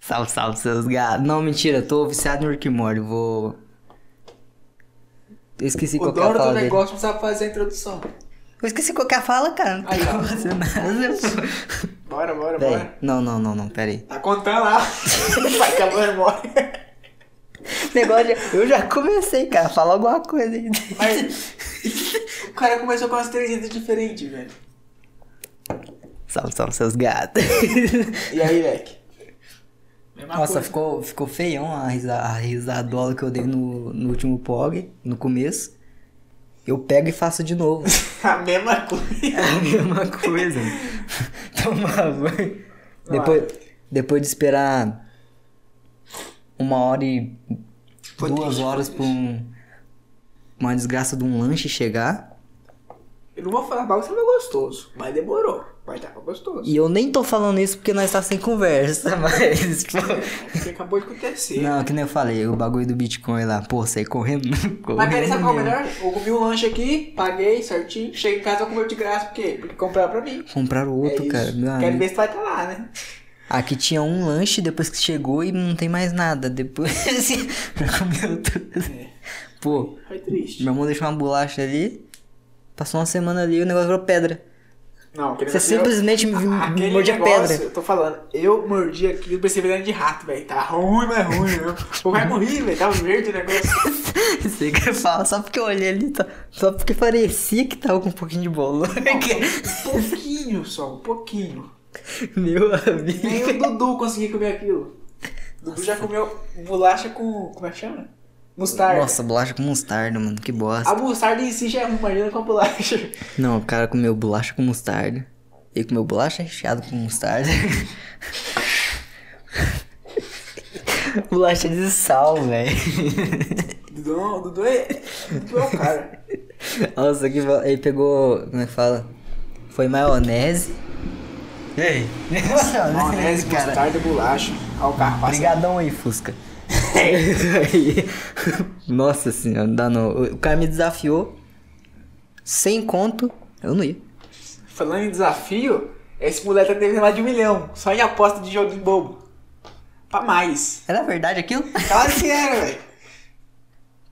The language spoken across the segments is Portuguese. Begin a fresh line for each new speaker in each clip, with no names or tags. Salve, salve, seus gatos. Não, mentira, eu tô viciado em Rick and Morty, vou... Eu esqueci
O
qual que é a
dono do
fala dele.
negócio não sabe fazer a introdução.
Eu esqueci qual que é a fala, cara, não tem
Aí, ó. é?
como fazer nada.
Bora, bora,
Peraí,
bora.
não, não, não, não, peraí.
Tá contando lá. Vai acabando, bora.
Negócio de... Eu já comecei, cara, fala alguma coisa aí.
Mas o cara começou com umas três letras diferentes, velho.
Salve, salve, seus gatos.
E aí, Leque? Mesma
Nossa,
coisa.
ficou, ficou feião a, risa, a risadola que eu dei no, no último POG, no começo. Eu pego e faço de novo.
A mesma coisa.
É a mesma coisa. Toma banho. Depois, depois de esperar uma hora e
Foi
duas
triste, foi
horas pra um, uma desgraça de um lanche chegar.
Eu não vou falar mal que tava gostoso, mas demorou. Mas tava gostoso.
E eu nem tô falando isso porque nós tá sem conversa, mas. tipo,
O que acabou de acontecer.
Não, que nem eu falei, o bagulho do Bitcoin lá, pô, saí correndo.
Mas peraí, sabe qual é o
correndo.
melhor? Eu comi um lanche aqui, paguei certinho, cheguei em casa eu comi de graça, por quê? Porque compraram pra mim.
Compraram outro,
é
cara.
isso.
meu
Quero
amigo.
ver se vai estar lá, né?
Aqui tinha um lanche depois que chegou e não tem mais nada. Depois já comeu tudo. Pô,
É. Foi triste.
meu irmão deixou uma bolacha ali. Passou uma semana ali e o negócio virou pedra.
Não, aquele
Você
negócio-
simplesmente me,
A-
me
Ah, aquele
morde a
negócio,
pedra.
Eu tô falando, eu mordi aquilo, pensei veneno de rato, velho. Tá ruim, mas ruim, viu? Ou vai morrer, velho. Tá verde o negócio.
Você que fala, só porque eu olhei ali, só, só porque parecia que tava com um pouquinho de bolo.
Um pouquinho só, um pouquinho.
meu
Nem
amigo.
o Dudu conseguia comer aquilo. O Dudu já comeu bolacha com. Como é que chama? Mostarda. Ah.
Nossa, bolacha com mostarda, mano, que bosta.
A mostarda em si já é ruim, imagina com a bolacha.
Não, o cara comeu bolacha com mostarda. Ele comeu bolacha recheada com mostarda. bolacha de sal, velho.
Dudu, não, Dudu é. Dudu é o cara.
Nossa, que bo- ele pegou. Como é que fala? Foi maionese. Ei, é,
Maionese, mostarda, bolacha. Olha o carro passando.
Obrigadão aí, Fusca. Aí, Nossa senhora, não dá não. O cara me desafiou. Sem conto, eu não ia.
Falando em desafio, esse moleque tá devendo mais de um milhão. Só em aposta de joguinho bobo. Pra mais.
Era verdade aquilo?
Claro que era, velho.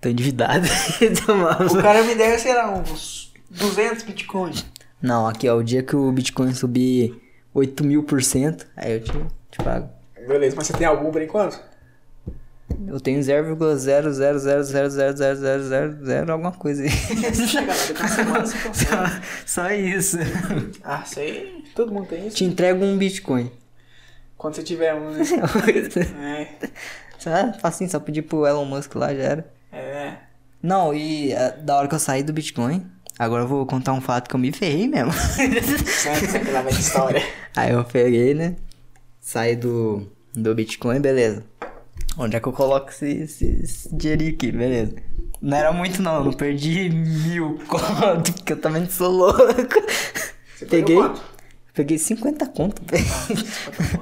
Tô endividado. Tô maluco.
O cara me deve, sei lá, uns 200 bitcoins.
Não, aqui ó, o dia que o Bitcoin subir 8 mil por cento, aí eu te, te pago.
Beleza, mas você tem algum por enquanto?
Eu tenho 0,000000000 alguma coisa aí.
Chega lá, depois de semana você consegue.
Só isso.
Ah, sei. Todo mundo tem isso.
Te entrego um Bitcoin.
Quando você tiver um, né? É.
Sabe? Facinho, só pedir pro Elon Musk lá, já era.
É.
Não, e ah, da hora que eu saí do Bitcoin, agora eu vou contar um fato que eu me ferrei mesmo.
Senta que lá vai de história.
Aí eu peguei, né? Saí do, do Bitcoin, beleza. Onde é que eu coloco esse, esse, esse dinheirinho aqui? Beleza. Não era muito não, eu não perdi mil conto, porque eu também sou louco.
Você perdeu
peguei,
quanto?
peguei 50 conto, velho.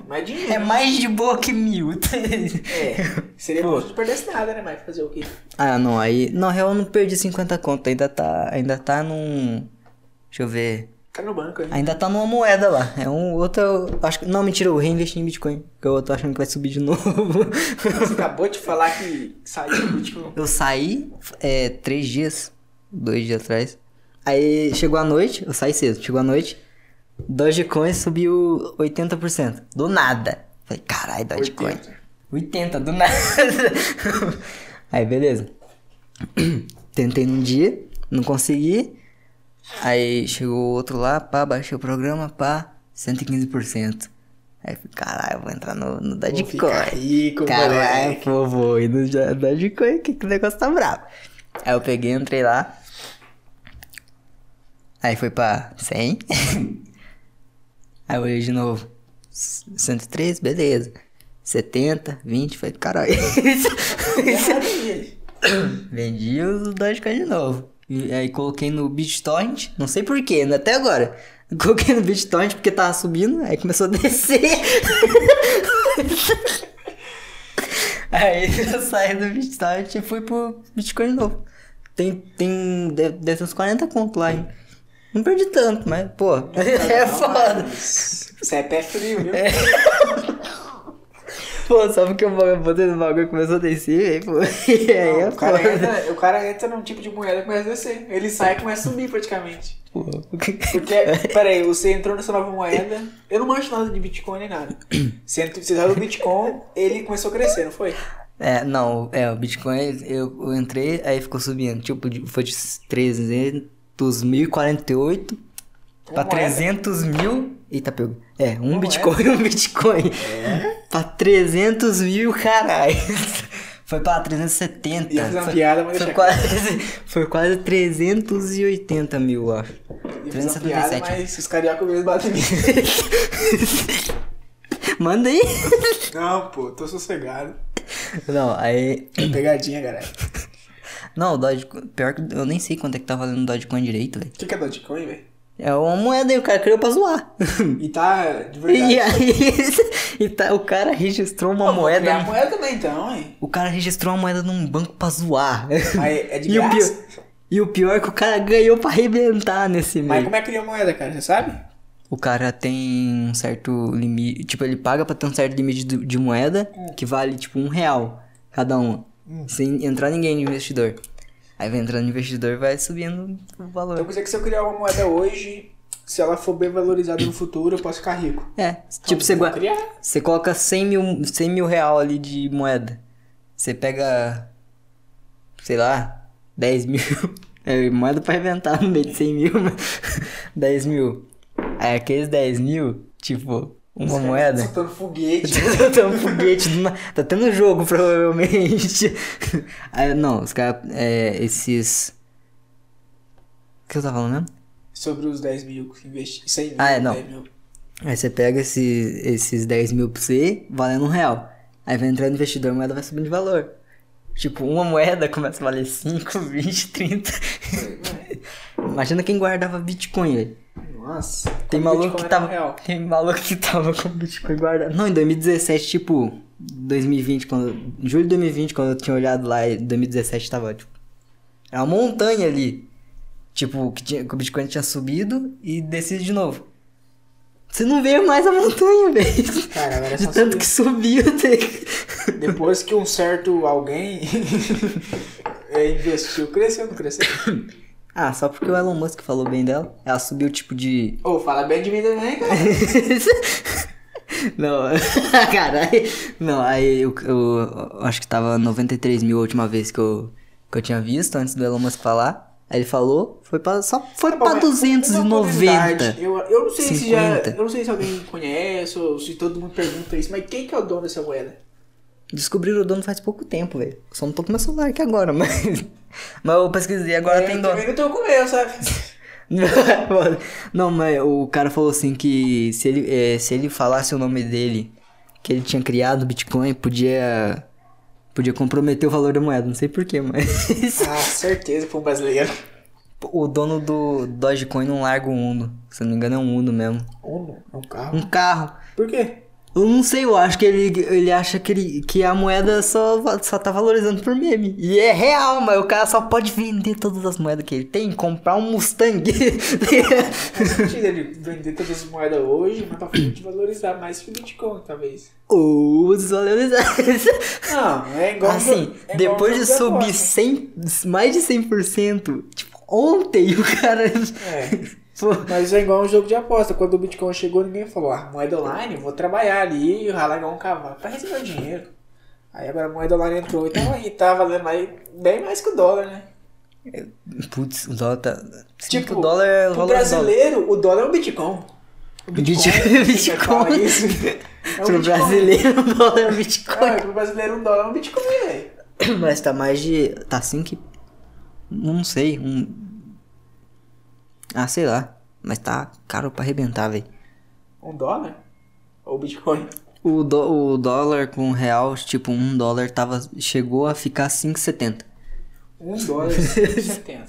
Mas dinheiro.
É mais de boa que mil. tá?
É. Seria bom se não perdesse nada, né? Mas fazer o quê?
ah, não, aí... Na real, eu não perdi 50 conto, ainda tá, ainda tá num... Deixa eu ver...
Tá no banco, né?
Ainda tá numa moeda lá. É um outro. eu Acho que. Não, mentira, eu reinvesti em Bitcoin. Porque eu tô achando que vai subir de novo.
Você acabou de falar que saiu do Bitcoin.
eu saí é, três dias, dois dias atrás. Aí chegou a noite, eu saí cedo, chegou a noite. Dogecoin subiu 80%. Do nada. Falei, caralho, Dogecoin.
80.
80, do nada. Aí, beleza. Tentei num dia, não consegui. Aí chegou o outro lá, pá, baixei o programa, pá, 115%. Aí eu falei, caralho, eu vou entrar no, no
ficar
Dogecoin.
rico,
Caralho,
moleque.
pô, vou ir no Jo- Dogecoin, que, que o negócio tá brabo. Aí eu peguei, entrei lá. Aí foi pra 100. Aí eu olhei de novo. c- 103, beleza. 70, 20, falei, caralho. Vendi os Dogecoin de novo. E aí coloquei no BitTorrent, não sei porquê, até agora. Coloquei no BitTorrent porque tava subindo, aí começou a descer. aí eu saí do BitTorrent e fui pro Bitcoin de novo. Tem, tem deve deve ter uns 40 conto lá, hein? Não perdi tanto, mas, pô, é foda.
Você é pé frio, viu?
Pô, só porque eu botei no bagulho começou a descer, aí, pô. E aí é
o, cara
foda.
entra, o cara entra num tipo de moeda e começa a descer. Ele sai e começa a subir praticamente.
Pô.
Porque, peraí, você entrou nessa nova moeda. Eu não manjo nada de Bitcoin nem nada. Você, entrou, você saiu do Bitcoin, ele começou a crescer, não foi?
É, não, é, o Bitcoin, eu, eu entrei, aí ficou subindo. Tipo, de- foi de 300.048 pra
moeda.
300 mil. Eita, pegou. É, um Bitcoin, um Bitcoin.
É?
Pra 300 mil, caralho. Foi pra 370.
Ia fazer uma
Foi-
piada, mas
foi
deixa
quase, foi quase 380 mil, eu acho.
E fiz uma piada,
377.
mas os carioca mesmo batem em mim.
Manda aí.
Não, pô, tô sossegado.
Não, aí
É pegadinha, galera.
Não, o Dogecoin. Pior que eu nem sei quanto é que tá valendo o Dogecoin direito, velho.
O que, que é Dogecoin, velho?
É uma moeda e o cara criou pra zoar.
E tá de verdade.
e aí. e tá- o cara registrou uma
Pô, vou
moeda.
criar moeda também, então, hein?
O cara registrou uma moeda num banco pra zoar.
Mas é de
e, o
graça.
pior, e o pior é que o cara ganhou pra arrebentar nesse
Mas
meio.
como é que cria moeda, cara? Você sabe?
O cara tem um certo limite. Tipo, ele paga pra ter um certo limite de, de moeda
Hum.
que vale tipo um real cada uma. Sem entrar ninguém de investidor. Aí vai entrando investidor vai subindo o valor.
Então quer dizer que se eu criar uma moeda hoje, se ela for bem valorizada no futuro, eu posso ficar rico.
É, tipo, você,
vou
gua-
criar.
você coloca 100 mil, 100 mil real ali de moeda. Você pega, sei lá, 10 mil. É, moeda pra inventar no meio de 100 mil, mas 10 mil. Aí aqueles 10 mil, tipo, uma moeda.
Soltando foguete.
tá tendo um foguete, do na- tá tendo jogo, provavelmente. Aí, não, os caras, é, esses... O que eu tava falando mesmo?
Sobre os 10 mil que investi. 100 mil,
Ah, é, não.
10 mil.
Aí você pega esse- esses 10 mil pra você, valendo um real. Aí vai entrando investidor, a moeda vai subindo de valor. Tipo, uma moeda começa a valer 5, 20, 30. Imagina quem guardava Bitcoin, velho.
Nossa.
Tem
Quando o
maluco que
Bitcoin era
tava.
um real.
Tem maluco que tava com Bitcoin guardado. Não, em 2017, tipo, 2020, quando. em Julho de 2020, quando eu tinha olhado lá, em 2017 tava, tipo. Era uma montanha ali. Tipo, que, tinha, que o Bitcoin tinha subido e descido de novo. Você não vê mais a montanha, velho.
Cara, agora é
De
só
tanto que subiu, tem.
Depois que um certo alguém é, investiu, cresceu ou não cresceu?
Ah, só porque o Elon Musk falou bem dela. Ela subiu, tipo, de.
Ô, fala bem de mim também, cara.
Não, caralho. Não, aí eu, eu- eu acho que tava 93 mil a última vez que eu, que eu tinha visto, antes do Elon Musk falar. Aí ele falou, foi pra, só foi pra
Tá Mas uma
290.
curiosidade, Eu, eu não sei se já.
50.
Eu não sei se alguém conhece ou se todo mundo pergunta isso, mas quem que é o dono dessa moeda?
Descobriram o dono faz pouco tempo, velho. Só não tô com meu celular aqui agora, mas. Mas eu pesquisei, agora
eu
tem dono.
também não tô com medo, sabe?
Não, mas o cara falou assim que se ele, eh, se ele falasse o nome dele, que ele tinha criado o Bitcoin, podia. Podia comprometer o valor da moeda, não sei porquê, mas.
Ah, certeza que foi um brasileiro.
o dono do Dogecoin não larga o Uno. Se eu não me engano, é um Uno mesmo.
Uno? É um carro?
Um carro.
Por quê?
Eu não sei, eu acho que ele, ele acha que, ele, que a moeda só, va- só tá valorizando por meme. E é real, mas o cara só pode vender todas as moedas que ele tem, comprar um Mustang.
Faz sentido ele vender todas as moedas hoje, mas pra frente valorizar mais que o Bitcoin, talvez.
Ou desvalorizar.
Não, é igual.
assim,
é igual
depois
jogo
de subir
aposta.
100, mais de 100%, tipo, ontem o cara.
É.
Pô,
Mas é igual um jogo de aposta. Quando o Bitcoin chegou, ninguém falou, ah, moeda online, vou trabalhar ali e ralar igual um cavalo pra receber o dinheiro. Aí agora a moeda online entrou e tava, e tava valendo mais, bem mais que o dólar, né?
Tá putz, o dólar tá. Tipo,
Tipo,
o dólar é o valor
Pro
do dólar.
brasileiro, o dólar é o Bitcoin. O
Bitcoin-
você fala
Bitcoin.
isso, É o
Pro
Bitcoin.
brasileiro, o dólar é o Bitcoin.
Ah, pro brasileiro, um dólar é um Bitcoin, velho.
Mas tá mais de. Tá 5. Não sei. Um... Ah, sei lá. Mas tá caro pra arrebentar, velho.
Um dólar? Ou Bitcoin?
O, dó- o dólar com real, tipo, um dólar tava, chegou a ficar 5,70.
Um dólar e 70.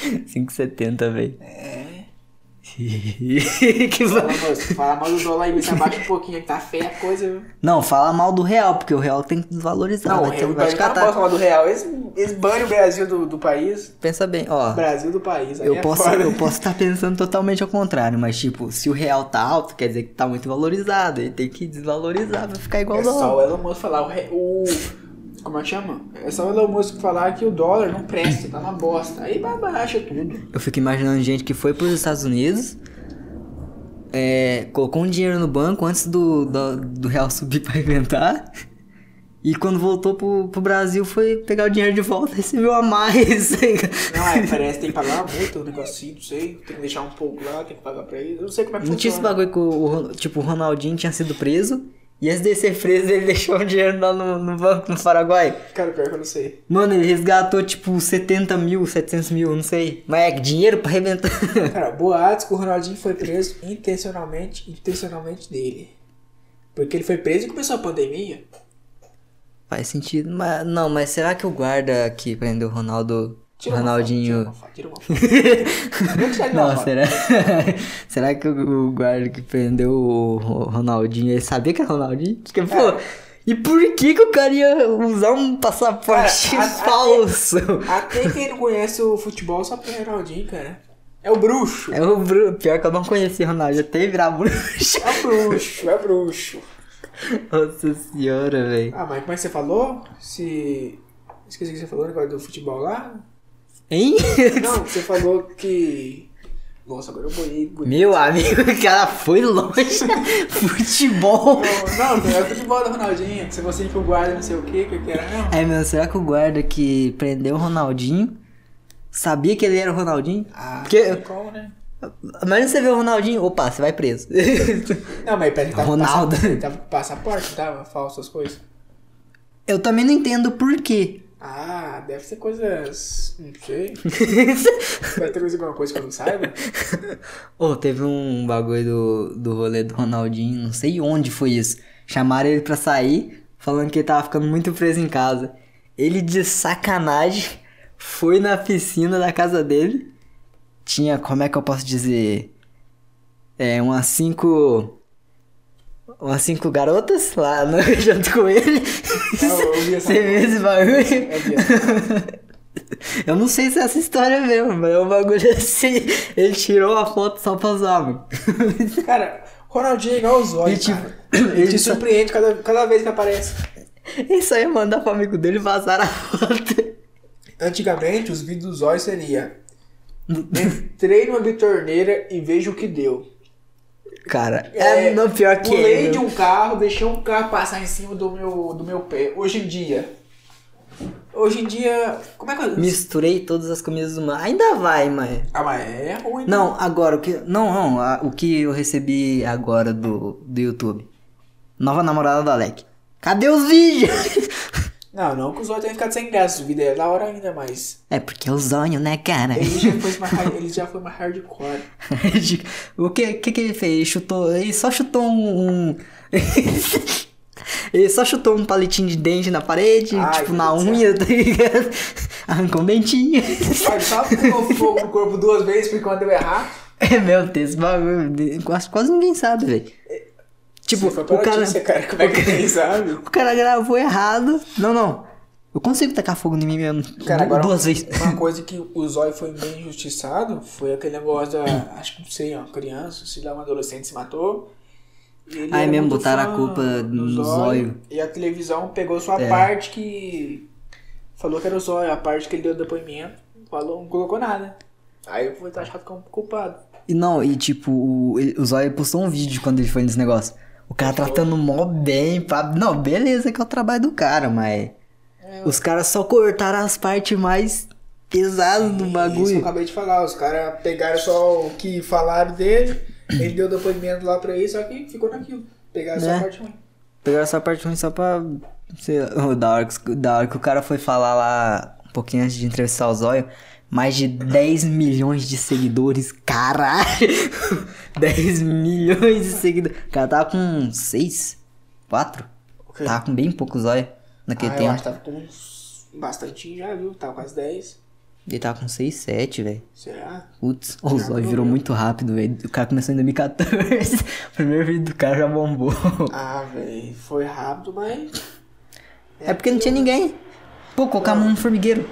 5,70, velho.
É.
que
Fala, moço, fala mal do dólar aí, você abaixa um pouquinho, que tá feia a coisa, viu?
Não, fala mal do real, porque o real tem que desvalorizar.
Não, é, o
vai ter
real, tá
lugar
vai
de
ficar
catar.
do real. Eles, eles banham o Brasil do, do país.
Pensa bem, ó.
Brasil do país. aí
Eu
é
posso
foda.
eu posso estar pensando totalmente ao contrário, mas tipo, se o real tá alto, quer dizer que tá muito valorizado. Ele tem que desvalorizar pra ficar igual
É
ao dólar.
só o Elon Musk falar o, re- o- Como é que chama? É só o Elon Musk falar que o dólar não presta, tá uma bosta. Aí ba- baixa tudo.
Eu fico imaginando gente que foi pros Estados Unidos, é, colocou um dinheiro no banco antes do, do, do real subir pra inventar. E quando voltou pro, pro Brasil foi pegar o dinheiro de volta, recebeu a mais. tá
Não, é, parece que tem que pagar uma multa, um negocinho, não sei. Tem que deixar um pouco lá, tem que pagar pra ele. Eu não sei como é que
Não tinha esse
funciona.
bagulho que o, o Ron- tipo, o Ronaldinho tinha sido preso. E antes de ser preso, ele deixou o dinheiro lá no, no banco no Paraguai.
Cara, pior que eu não sei.
Mano, ele resgatou tipo 70 mil, 700 mil, não sei. Mas é dinheiro pra arrebentar.
Cara, boatos que o Ronaldinho foi preso intencionalmente, intencionalmente dele. Porque ele foi preso e começou a pandemia.
Faz sentido, mas não, mas será que o guarda que prendeu o Ronaldo, o
uma
Ronaldinho?
foto, Tira uma foto, tira uma foto. Vou tirar de uma
Não,
foto.
será? será que o, o guarda que prendeu o Ro- Ronaldinho, ele sabia que era Ronaldinho? Porque,
É.
pô, e por que que o cara ia usar um passaporte
Cara, É, a- a-
falso?
Até quem não conhece o futebol só tem o Ronaldinho, cara. É o bruxo.
É o Bru... Pior que eu não conheci o Ronaldinho, até ele virar bruxo.
É o bruxo, é o bruxo.
Nossa senhora, velho.
Ah, mas como é que você falou? Se. Esqueci o que você falou agora do futebol lá?
Hein?
Não, você falou que. Nossa, agora eu boiei. boiei.
Meu amigo, o cara foi longe. Futebol.
Não, não, é o futebol do Ronaldinho. Se você que o guarda não sei o que, que eu quero. Não.
É, meu, será que o guarda que prendeu o Ronaldinho sabia que ele era o Ronaldinho?
Ah,
Porque-
tem como, né?
Imagina você ver o Ronaldinho, opa, você vai preso.
Não, mas peraí, tava
Ronaldo.
Com passaporte, tava com passaporte, tava falso as coisas.
Eu também não entendo por quê.
Ah, deve ser coisas. Não sei. Vai ter alguma coisa que eu não saiba?
Ô, teve um bagulho do, do rolê do Ronaldinho, não sei onde foi isso. Chamaram ele pra sair, falando que ele tava ficando muito preso em casa. Ele de sacanagem foi na piscina da casa dele. Tinha, como é que eu posso dizer? É, umas cinco. Umas cinco garotas lá no, junto com ele.
É, Eu, eu vi essa. É,
Você viu esse bagulho?
Eu vi essa.
Eu não sei se é essa história mesmo, mas é um bagulho assim. Ele tirou a foto só pra usar, mano.
Cara, Ronaldinho é igual o Zóio,
Ele, tipo,
cara.
ele
Ele te
só-
surpreende cada, cada vez que aparece.
Ele só ia mandar pro amigo dele vazar a foto.
Antigamente, os vídeos do Zóio seria... Entrei numa bitorneira e vejo o que deu.
Cara, é, não pior que
Pulei
ele.
de um carro, deixei um carro passar em cima do meu, do meu pé. Hoje em dia... Hoje em dia... Como é que eu...
Misturei todas as comidas do mar. Ainda vai, mãe.
Ah, mas é ruim. né?
Não, agora o que. Não, não. a- o que eu recebi agora do, do YouTube. Nova namorada do Alec. Cadê os vídeos?
Não, não que o Zóio tenha ficado sem graça. O vídeo é da hora ainda, mas...
É porque é o zonho, né, cara?
Ele já foi mais, hard- ele já foi mais hardcore.
o que, que que ele fez? Ele chutou. Ele só chutou um. um- ele só chutou um palitinho de dente na parede,
Ai,
tipo
que
na
Deus do
unha, tá ligado? Arrancou um dentinho.
Olha, só pegou fogo no corpo duas vezes porque quando eu errar...
É, meu Deus, esse bagulho. de- Quase, quase ninguém sabe, velho. Tipo,
Sim, foi pra
o cara,
notícia, cara. Como é que tem, sabe?
o cara gravou errado. Não, não. Eu consigo tacar fogo em mim mesmo.
Cara,
du-
agora
duas vezes.
uma coisa que o Zóio foi bem injustiçado foi aquele negócio da, acho que não sei, ó, criança, se lá um adolescente se matou. E ele
Ah, é
era
mesmo,
muito
botaram
fã
a culpa
do
no Zóio.
E a televisão pegou sua
É.
parte que falou que era o Zóio, a parte que ele deu depoimento, falou, não colocou nada. Aí eu fui achado como um culpado.
E não, e tipo, o, ele- o Zóio postou um vídeo quando ele foi nesse negócio. O cara tratando mó bem, pá. Não, beleza que é o trabalho do cara, mas.
É,
Os caras só cortaram as partes mais pesadas do
Isso eu
bagulho.
acabei de falar, os caras pegaram só o que falaram dele, ele deu depoimento lá pra ele, só que ficou naquilo. Pegaram só
Né?
a parte ruim.
Pegaram essa parte ruim só pra. Sei, lá, da, hora que, da hora que o cara foi falar lá, um pouquinho antes de entrevistar o Zóio, mais de 10 milhões de seguidores, caralho! 10 milhões de seguidores. O cara tava com 6, 4?
Ok.
Tava com bem pouco Zóio Tá, naquele
ah, eu
tempo.
acho que tava com uns bastante já, viu? Tava quase 10.
Ele tava com 6, 7, velho.
Será?
Putz, ô, o Zóio virou muito rápido, velho. O cara começou em 2014. O primeiro vídeo do cara já bombou.
Ah, velho, foi rápido, mas.
É porque não tinha ninguém. Pô, colocar a mão no formigueiro.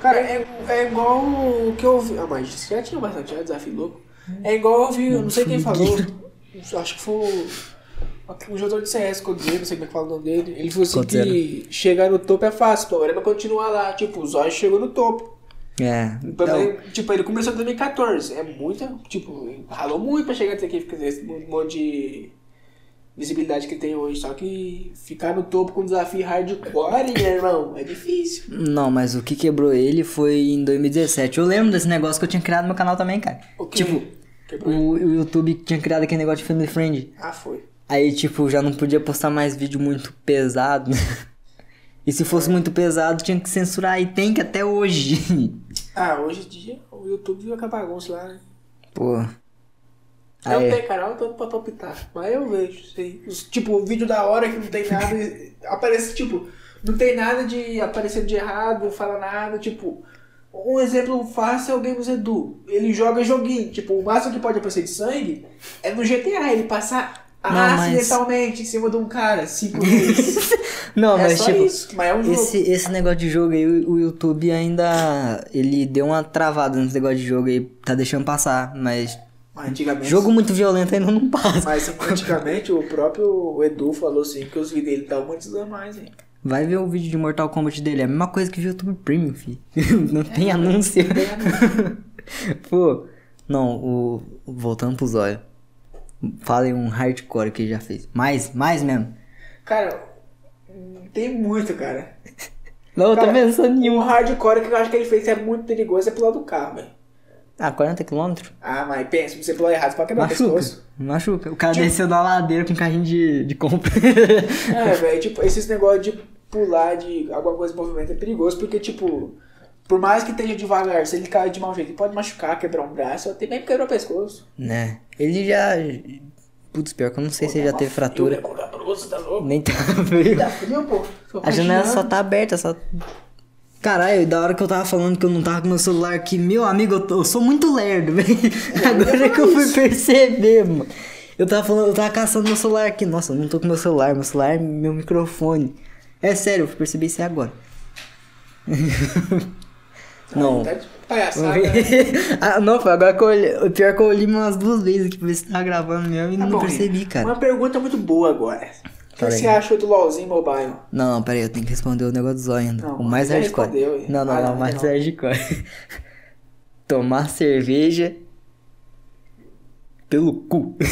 Cara, é, é igual o que eu ouvi. Ah, mas isso já tinha bastante, já desafio louco. É igual eu ouvi, eu não sei quem falou. Acho que foi o- um jogador de CS que eu dei, não sei como é que fala o nome dele. Ele falou assim
Quanto
que chegar no topo é fácil, o problema é continuar lá. Tipo, o Zóio chegou no topo.
É.
O
então-
problema- Tipo, ele começou em 2014. É muita. Tipo, ralou muito pra chegar até aqui, porque esse monte de visibilidade que tem hoje. Só que ficar no topo com um desafio hardcore, meu irmão, é difícil.
Não, mas o que quebrou ele foi em 2017. Eu lembro desse negócio que eu tinha criado no meu canal também, cara.
O que-
Tipo, o,
Quebrou.
o YouTube tinha criado aquele negócio de Family Friend.
Ah, foi.
Aí, tipo, já não podia postar mais vídeo muito pesado. e se
É.
fosse muito pesado, tinha que censurar. E tem que até hoje.
Ah, hoje em dia o YouTube viu aquela bagunça lá, né?
Pô.
Eu
Aí,
tenho canal todo pra palpitar, mas eu vejo, sim. Os- tipo, o vídeo da hora que não tem nada, e- aparece, tipo, não tem nada de aparecendo de errado, não fala nada, tipo... Um exemplo fácil é o Games Edu. Ele joga joguinho, tipo, o máximo que pode aparecer de sangue é no GTA, ele passar
Não, mas-
acidentalmente em cima de um cara, cinco vezes.
não,
é
mas
só
tipo,
isso, mas é um jogo.
esse, esse negócio de jogo aí, o, o YouTube ainda. Ele deu uma travada nesse negócio de jogo aí, tá deixando passar, mas.
Mas Antigamente...
Jogo muito violento ainda não passa.
Mas antigamente o próprio Edu falou assim que os vídeos dele estavam monetizando mais, hein?
Vai ver o vídeo de Mortal Kombat dele, é a mesma coisa que o YouTube Premium, fi. Não tem anúncio. Pô, não, o. Voltando pro Zóio. Falem um hardcore que ele já fez. Mais, mais mesmo.
Cara, hum, tem muito, cara.
Não, eu tô
Cara,
pensando
E
em
um
um.
hardcore que eu acho que ele fez que é muito perigoso é pular do carro, velho.
Ah, 40km?
Ah, mas pensa, você pular errado, você pode quebrar o
Machuca.
pescoço.
Machuca. O cara desceu da ladeira com um carrinho de, de compra.
É, velho, tipo, esses negócios de pular de alguma coisa em movimento é perigoso, porque, tipo, por mais que esteja devagar, se ele cair de mau jeito, ele pode machucar, quebrar um braço, até mesmo quebrar o pescoço.
né? Ele já. Putz, pior que eu não sei se ele já teve fratura.
Frio, né? Tá bruto, tá louco.
Nem tá veio.
Tá frio, pô. Tô
A janela só
cochilando.
tá aberta, só. Caralho, da hora que eu tava falando que eu não tava com meu celular aqui, meu amigo, eu, tô- eu sou muito lerdo, velho. Agora que eu fui perceber, mano. Eu tava falando, eu tava caçando meu celular aqui. Nossa, eu não tô com meu celular, meu celular é meu microfone. É sério, eu percebi isso aí agora. não.
Tá de palhaçada. né?
ah, não, foi agora que eu olhei. O pior é que eu olhei umas duas vezes aqui pra ver se tava gravando mesmo e
Tá
não
bom,
percebi,
Henrique.
cara.
Uma pergunta muito boa agora. O que
Fala aí.
você achou do LOLzinho Mobile?
Não, não, peraí, eu tenho que responder o negócio do zóio ainda.
Não,
o mais
já
hardcore.
respondeu, hein?
Não, não,
Ah,
não,
não,
o mais
não.
hardcore. Tomar cerveja pelo cu.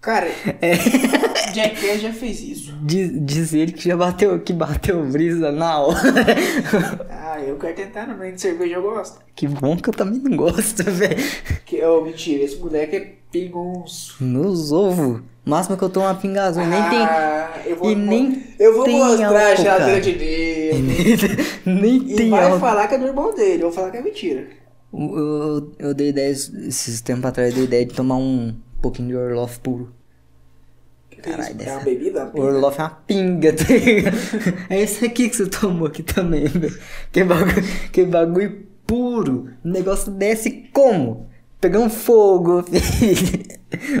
Cara,
É.
Jackass já fez isso.
Diz, diz ele que já bateu, que bateu brisa na hora.
Ah, eu quero tentar, não nem de cerveja eu gosto.
que bom que eu também não gosto, velho.
Que, oh, mentira, esse moleque é pingonço.
Meus ovos. O máximo que eu tomo é uma pingazinha. Nem
Ah, eu vou,
e nem
Eu vou
tem
mostrar a
álcool,
geladeira
cara.
de dele.
tem. Nem
E
tem
vai
álcool.
falar que é do irmão dele, eu vou falar que é mentira.
Eu, eu- eu dei ideia, esses tempos atrás, eu dei ideia de tomar um pouquinho de Orloff puro.
Que que é
Caralho,
isso?
deve
é uma
ser-
bebida?
O Orloff é uma pinga, tá ligado? É isso aqui que você tomou aqui também, velho. Que bagulho, que bagulho puro. O negócio desce como? Pegando fogo, filho.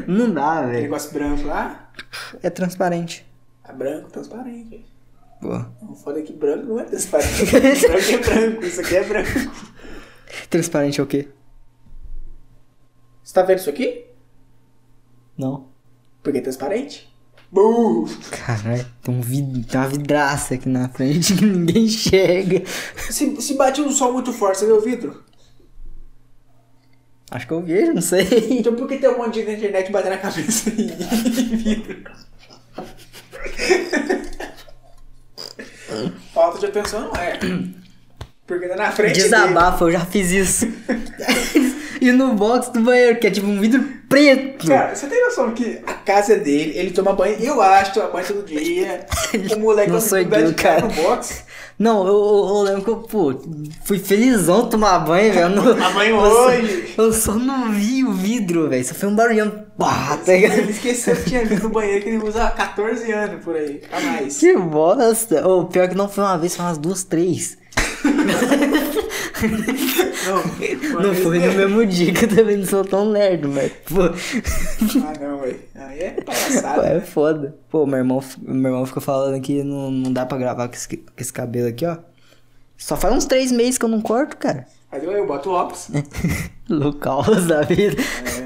Não dá,
Aquele
velho.
negócio branco lá?
É transparente.
É branco, transparente.
Pô.
Não foda que branco não é transparente. branco é branco, isso aqui é branco.
Transparente é o quê?
Você tá vendo isso aqui?
Não.
Porque é transparente. Burro!
Caralho, tem, um vid... tem uma vidraça aqui na frente que ninguém chega.
Se, se bate um sol muito forte, você vê o vidro?
Acho que eu vejo, não sei.
Então por que tem um monte de gente na internet batendo na cabeça em em vidro? Falta de atenção não é. Porque tá na frente dele.
Desabafa, eu já fiz isso. e no box do banheiro, que é tipo um vidro preto.
Cara, você tem noção que a casa é dele, ele toma banho, eu acho, toma banho todo dia. O moleque
Não sou
dá
eu,
de cara
cara.
no box.
Não, eu, eu- eu lembro que eu, pô, fui felizão tomar banho, velho. Eu não-
Tomar banho
eu
hoje.
Só, eu só não vi o vidro, velho. Só foi um barulhão. Pá, tá ligado?
Ele esqueceu que tinha vindo no banheiro que ele usa há 14 anos por aí, a mais.
Que bosta. Ô, pior que não foi uma vez, foi umas duas, três.
Não,
Não
mas-
foi no mesmo dia que eu também não sou tão nerd, mas, pô.
Ah, não, velho. Aí é palhaçada.
Pô, é foda. Pô, meu irmão, meu irmão fica falando que não, não dá pra gravar com esse, com esse cabelo aqui, ó. Só faz uns três meses que eu não corto, cara.
Aí eu, eu boto o óculos.
Local da vida.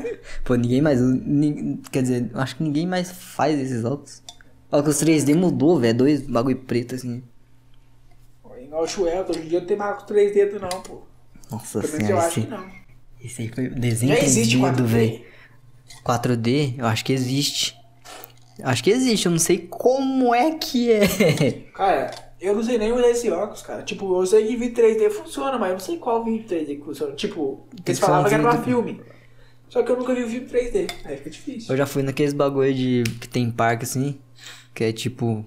É.
Pô, ninguém mais. nin- quer dizer, eu acho que ninguém mais faz esses óculos. Óculos 3D mudou, velho. é Dois bagulho preto assim.
Igual o Chuelto, hoje em dia não tem mais com três dedos, não, pô.
Nossa
Pelo menos eu
senhora,
acho que
esse,
não.
esse aí foi
Já existe
desentendido,
4D.
velho. 4D, eu acho que existe. Acho que existe, eu não sei como é que é.
Cara, eu não sei nem usar esse óculos, cara. Tipo, eu sei que vídeo 3D funciona, mas eu não sei qual vídeo 3D que funciona. Tipo, eles falavam que era pra filme. Só que eu nunca vi um filme 3D. Aí fica difícil.
Eu já fui naqueles bagulho de que tem em parque assim, que é tipo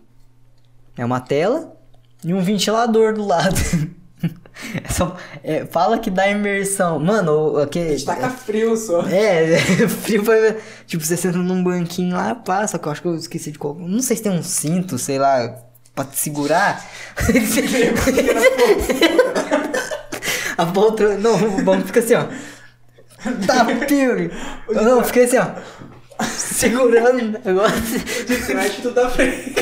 é uma tela e um ventilador do lado. É só- é, fala que dá imersão. Mano, o-
A
aquele
gente tá taca frio só.
é, é frio pra ver. Tipo, você senta num banquinho lá, passa, que eu acho que eu esqueci de qual. Não sei se tem um cinto, sei lá, pra te segurar. A poltrona. Não, o banco fica assim, ó. Tá, pio. Não, fica assim, ó. Segurando o negócio.
De frente, tu da frente.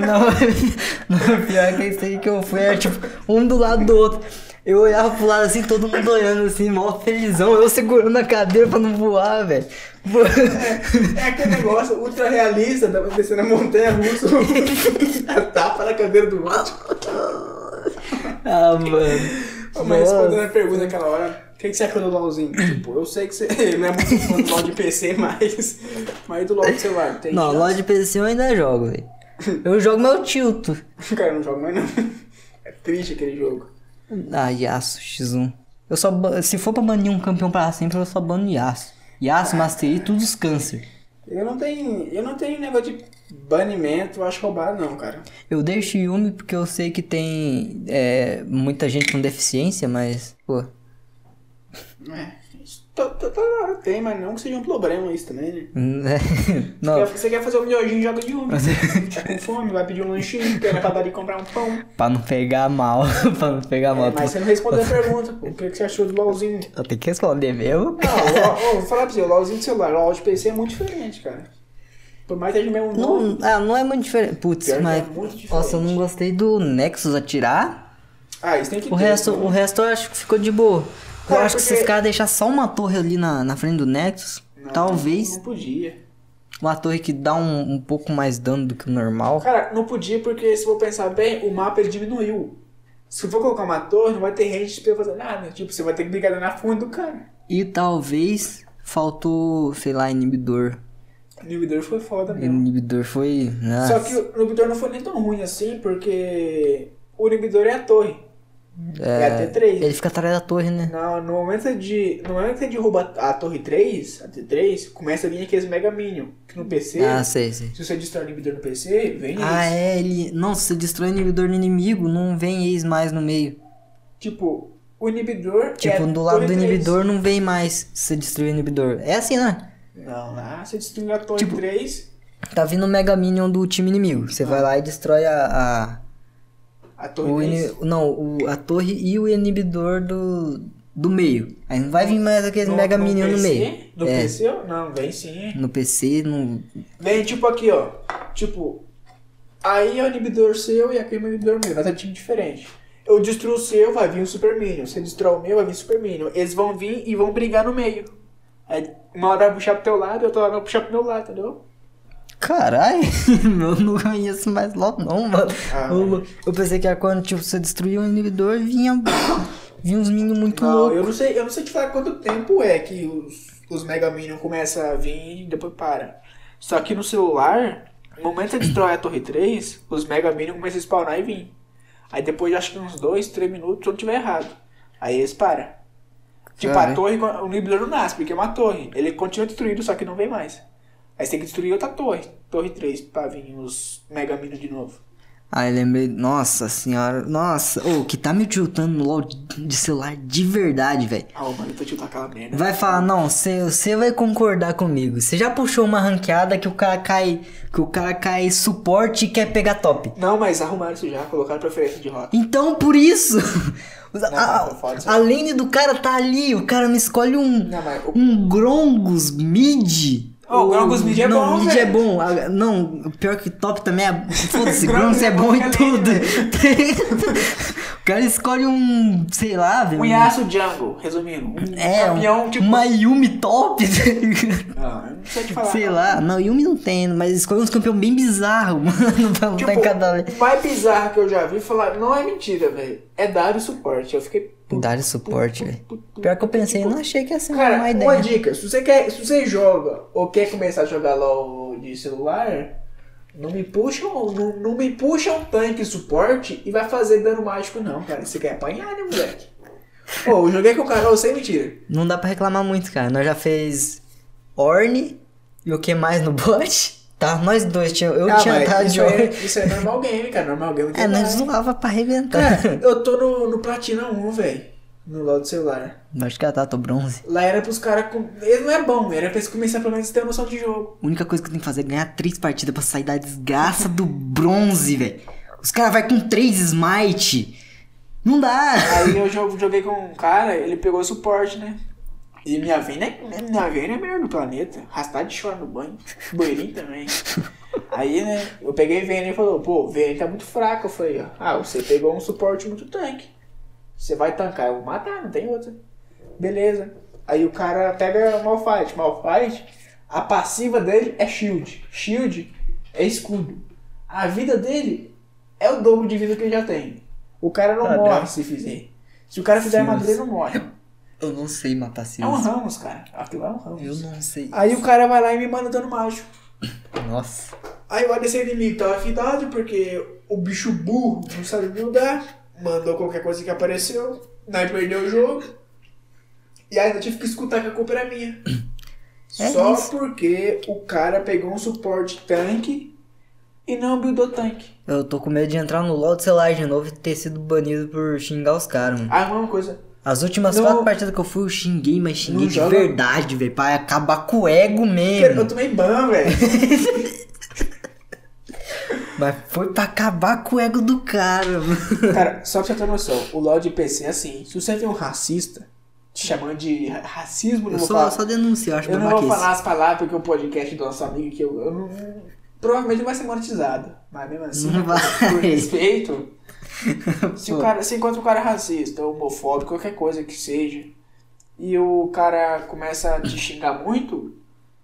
Não, não, pior é que isso aí que eu fui era tipo um do lado do outro. Eu olhava pro lado assim, todo mundo olhando assim, mó felizão, eu segurando a cadeira pra não voar, velho. Pô,
É aquele negócio ultra realista, tava descendo a montanha russa. a tapa na cadeira do outro.
Ah, mano.
Ah, Mas respondendo
Nossa.
a pergunta naquela hora, o que, que você achou do LOLzinho? tipo, eu sei que você não é muito fã do LOL de PC, mas. Mas do LOL do celular, tem.
Não,
chance?
loja de PC eu ainda jogo, velho. Eu jogo meu tilto.
Cara, eu não jogo mais não. É triste aquele jogo.
Ah, Yasuo X1. Eu só ba- se for pra banir um campeão pra sempre, eu só bano Yasuo. Yasuo, Master Yi, todos os câncer.
Eu não tenho. Eu não tenho negócio de banimento, eu acho roubado não, cara.
Eu deixo Yumi porque eu sei que tem é, muita gente com deficiência, mas, pô,
É. isso to- to- Toda hora tem, mas não que seja um problema isso também, né?
Não,
Quer- Você quer fazer um miojinho, joga de um. Tá com fome, vai pedir um lanchinho, pega na padaria e comprar um pão.
pra não pegar mal, pra não pegar mal.
É, Mas é- você não respondeu a pergunta, pô. O que, que você achou do LOLzinho?
Eu tenho que responder mesmo?
Não, ó, ó, vou falar pra você, o LOLzinho de celular, o LOL de PC é muito diferente, cara. Por mais que seja o mesmo nome,
Não, ah, não é muito diferente. Putz,
Pior que
mas.
é muito diferente.
nossa, eu não gostei do Nexus atirar.
Ah, isso tem que
O
ter,
resto,
né?
o resto eu acho que ficou de boa. Eu
Cara,
acho que se
porque-
os caras deixar só uma torre ali na, na frente do Nexus,
Não,
talvez
Não podia.
uma torre que dá um, um pouco mais dano do que o normal.
Cara, não podia porque se for pensar bem, o mapa ele diminuiu. Se for colocar uma torre, não vai ter range pra fazer nada. Tipo, você vai ter que brigar na funda do cara.
E talvez faltou, sei lá, inibidor.
O inibidor foi foda mesmo.
Inibidor foi. Nossa.
Só que o inibidor não foi nem tão ruim assim, porque o inibidor é a torre. É, a T3.
Ele fica atrás da torre, né?
Não, no momento de. No momento que você derruba a a torre 3, a T3, começa a vir aqueles Mega Minion. Que no PC,
Ah, sei, sei.
se você destrói o inibidor no PC, vem
Ah,
eles.
é, ele. Não, se você destrói o inibidor do inimigo, não vem ex mais no meio.
Tipo, o inibidor. é
Tipo,
a
do lado
torre
do
3.
inibidor não vem mais se você destruir o inibidor. É assim, né?
Não, lá você destruiu a torre
Tipo,
3,
Tá vindo o Mega Minion do time inimigo. Você vai lá e destrói a.
a
a
torre
o
3.
ini- não, o- a torre e o inibidor do. do meio. Aí não vai vir mais aquele Mega Minion no
PC?
meio.
No
é,
PC? Não, vem sim.
no PC, no.
Vem tipo aqui, ó. Tipo, aí é o inibidor seu e aqui é o inibidor meu. Nós é time diferente. Eu destruo o seu, vai vir o Super Minion. Você destrói o meu, vai vir o Super Minion. Eles vão vir e vão brigar no meio. Aí uma hora vai puxar pro teu lado, outra hora vai puxar pro meu lado, entendeu?
Caralho, eu não conheço mais LOL não, mano.
Ah,
eu, eu pensei que era quando tipo, você destruía o inibidor vinha. vinha uns minions muito
Não,
loucos.
Tá, eu não sei, eu não sei te falar quanto tempo é que os, os Mega Minion começam a vir e depois para. Só que no celular, no momento que você destrói a torre 3, os Mega Minion começam a spawnar e vir. Aí depois de acho que uns 2, 3 minutos, se eu não tiver errado. Aí eles param. Tipo,
Cara,
a
hein?
torre, o inibidor não nasce, porque é uma torre. Ele continua destruído, só que não vem mais. Aí você tem que destruir outra torre, torre 3, pra vir os Mega Minion de novo.
Aí lembrei, nossa senhora, nossa, o que tá me tiltando no LOL de celular de verdade, velho.
Ah, mano, eu tô te aquela merda.
Vai falar, não, você vai concordar comigo. Você já puxou uma ranqueada que o cara cai. Que o cara cai suporte e quer pegar top.
Não, mas arrumaram isso já, colocaram preferência de rota.
Então por isso. os-
Não,
a,
não, fala isso
a lane do cara tá ali, o cara não escolhe um.
Não, mas o-
Um Grongus mid.
Ó, o Grongus mid é
não,
bom,
mid é
velho.
bom. Ah, Não, o pior que top também é. Foda-se, Grongus
Grongus
é
é
bom
bom
em
que é
tudo.
lane,
o cara escolhe um. sei lá, velho.
Um Yasuo Jungle, resumindo. Um
É,
campeão,
um,
tipo.
uma Yumi top. tá ligado?
Ah, não sei te falar.
Sei lá, não, Yumi não tem, mas escolhe uns campeão bem bizarro, mano, pra lutar
Tipo,
tá em cada lane.
o mais bizarro que eu já vi falar, não é mentira, velho. É dar o suporte. Eu fiquei. puto,
Dar suporte,
puto,
velho.
puto, puto.
Pior que eu pensei,
Tipo,
não achei que ia ser
Cara,
é uma
uma,
ideia.
dica, se você quer, se você joga ou quer começar a jogar LOL de celular, não me puxa, um- não, não me puxa um tanque suporte e vai fazer dano mágico não, cara. Você quer apanhar, né, moleque? Pô, eu joguei com o Carol sem mentira.
Não dá pra reclamar muito, cara. Nós já fez Orne e o que mais no bot? Tá, nós dois, tinha, eu
Ah,
tinha
mas
dado de
isso, é,
Orne.
isso é normal game, cara. Normal game.
É, nós
demais.
zoava pra arrebentar.
Cara, eu tô no, no Platina 1, velho. No LOL do celular.
Acho que ela tá, tô bronze.
Lá era pros caras. Com... Ele não é bom, era pra eles começarem pelo menos a ter noção de jogo.
A única coisa que eu tenho que fazer é ganhar três partidas pra sair da desgraça do bronze, velho. Os caras vai com três smite. Não dá.
Aí eu jo- joguei com um cara, ele pegou suporte, né? E minha veia é, minha veia é a melhor do planeta. Rastar de chora no banho. Banheirinho também. Aí, né, eu peguei Vayne e falou, pô, Vayne tá muito fraca. Eu falei, ó, ah, você pegou um suporte muito tanque. Você vai tancar, eu vou matar, não tem outra. Beleza. Aí o cara pega Malphite. Malphite, a passiva dele é shield. Shield é escudo. A vida dele é o dobro de vida que ele já tem. O cara não
Caralho.
morre se fizer. Se o cara fizer
Sim,
armadura, ele
mas-
não morre.
Eu não sei matar Ah.
É um Ramos, cara. Aquilo lá é um Ramos.
Eu não sei.
Aí o cara vai lá e me manda dano mágico.
Nossa.
Aí eu olho esse inimigo tava afinado tá porque o bicho burro não sabe buildar, mandou qualquer coisa que apareceu, daí perdeu o jogo. E ainda tive que escutar que a culpa era minha.
É
Só
isso.
porque o cara pegou um suporte tanque e não buildou tanque.
Eu tô com medo de entrar no LoL do celular de novo e ter sido banido por xingar os caras, mano.
Ah, uma coisa.
As últimas
Não.
quatro partidas que eu fui, eu xinguei, mas xinguei
Não
de
joga.
verdade, velho. Pra acabar com o ego
Cara, Eu
mesmo.
tomei ban, velho.
Mas foi pra acabar com o ego do cara, mano.
Cara, só pra você ter noção, o LoL de PC é assim, se você vê um racista te chamando de ra- racismo, não
Eu
vou
só,
falar.
só denuncio, eu acho
Eu
que
não vou falar as palavras porque o podcast do nosso amigo que eu, eu não, provavelmente vai ser monetizado. Mas mesmo assim,
Não vai.
por respeito. Se, o
Pô.
cara, se encontra um cara racista, homofóbico, qualquer coisa que seja, e o cara começa a te xingar muito,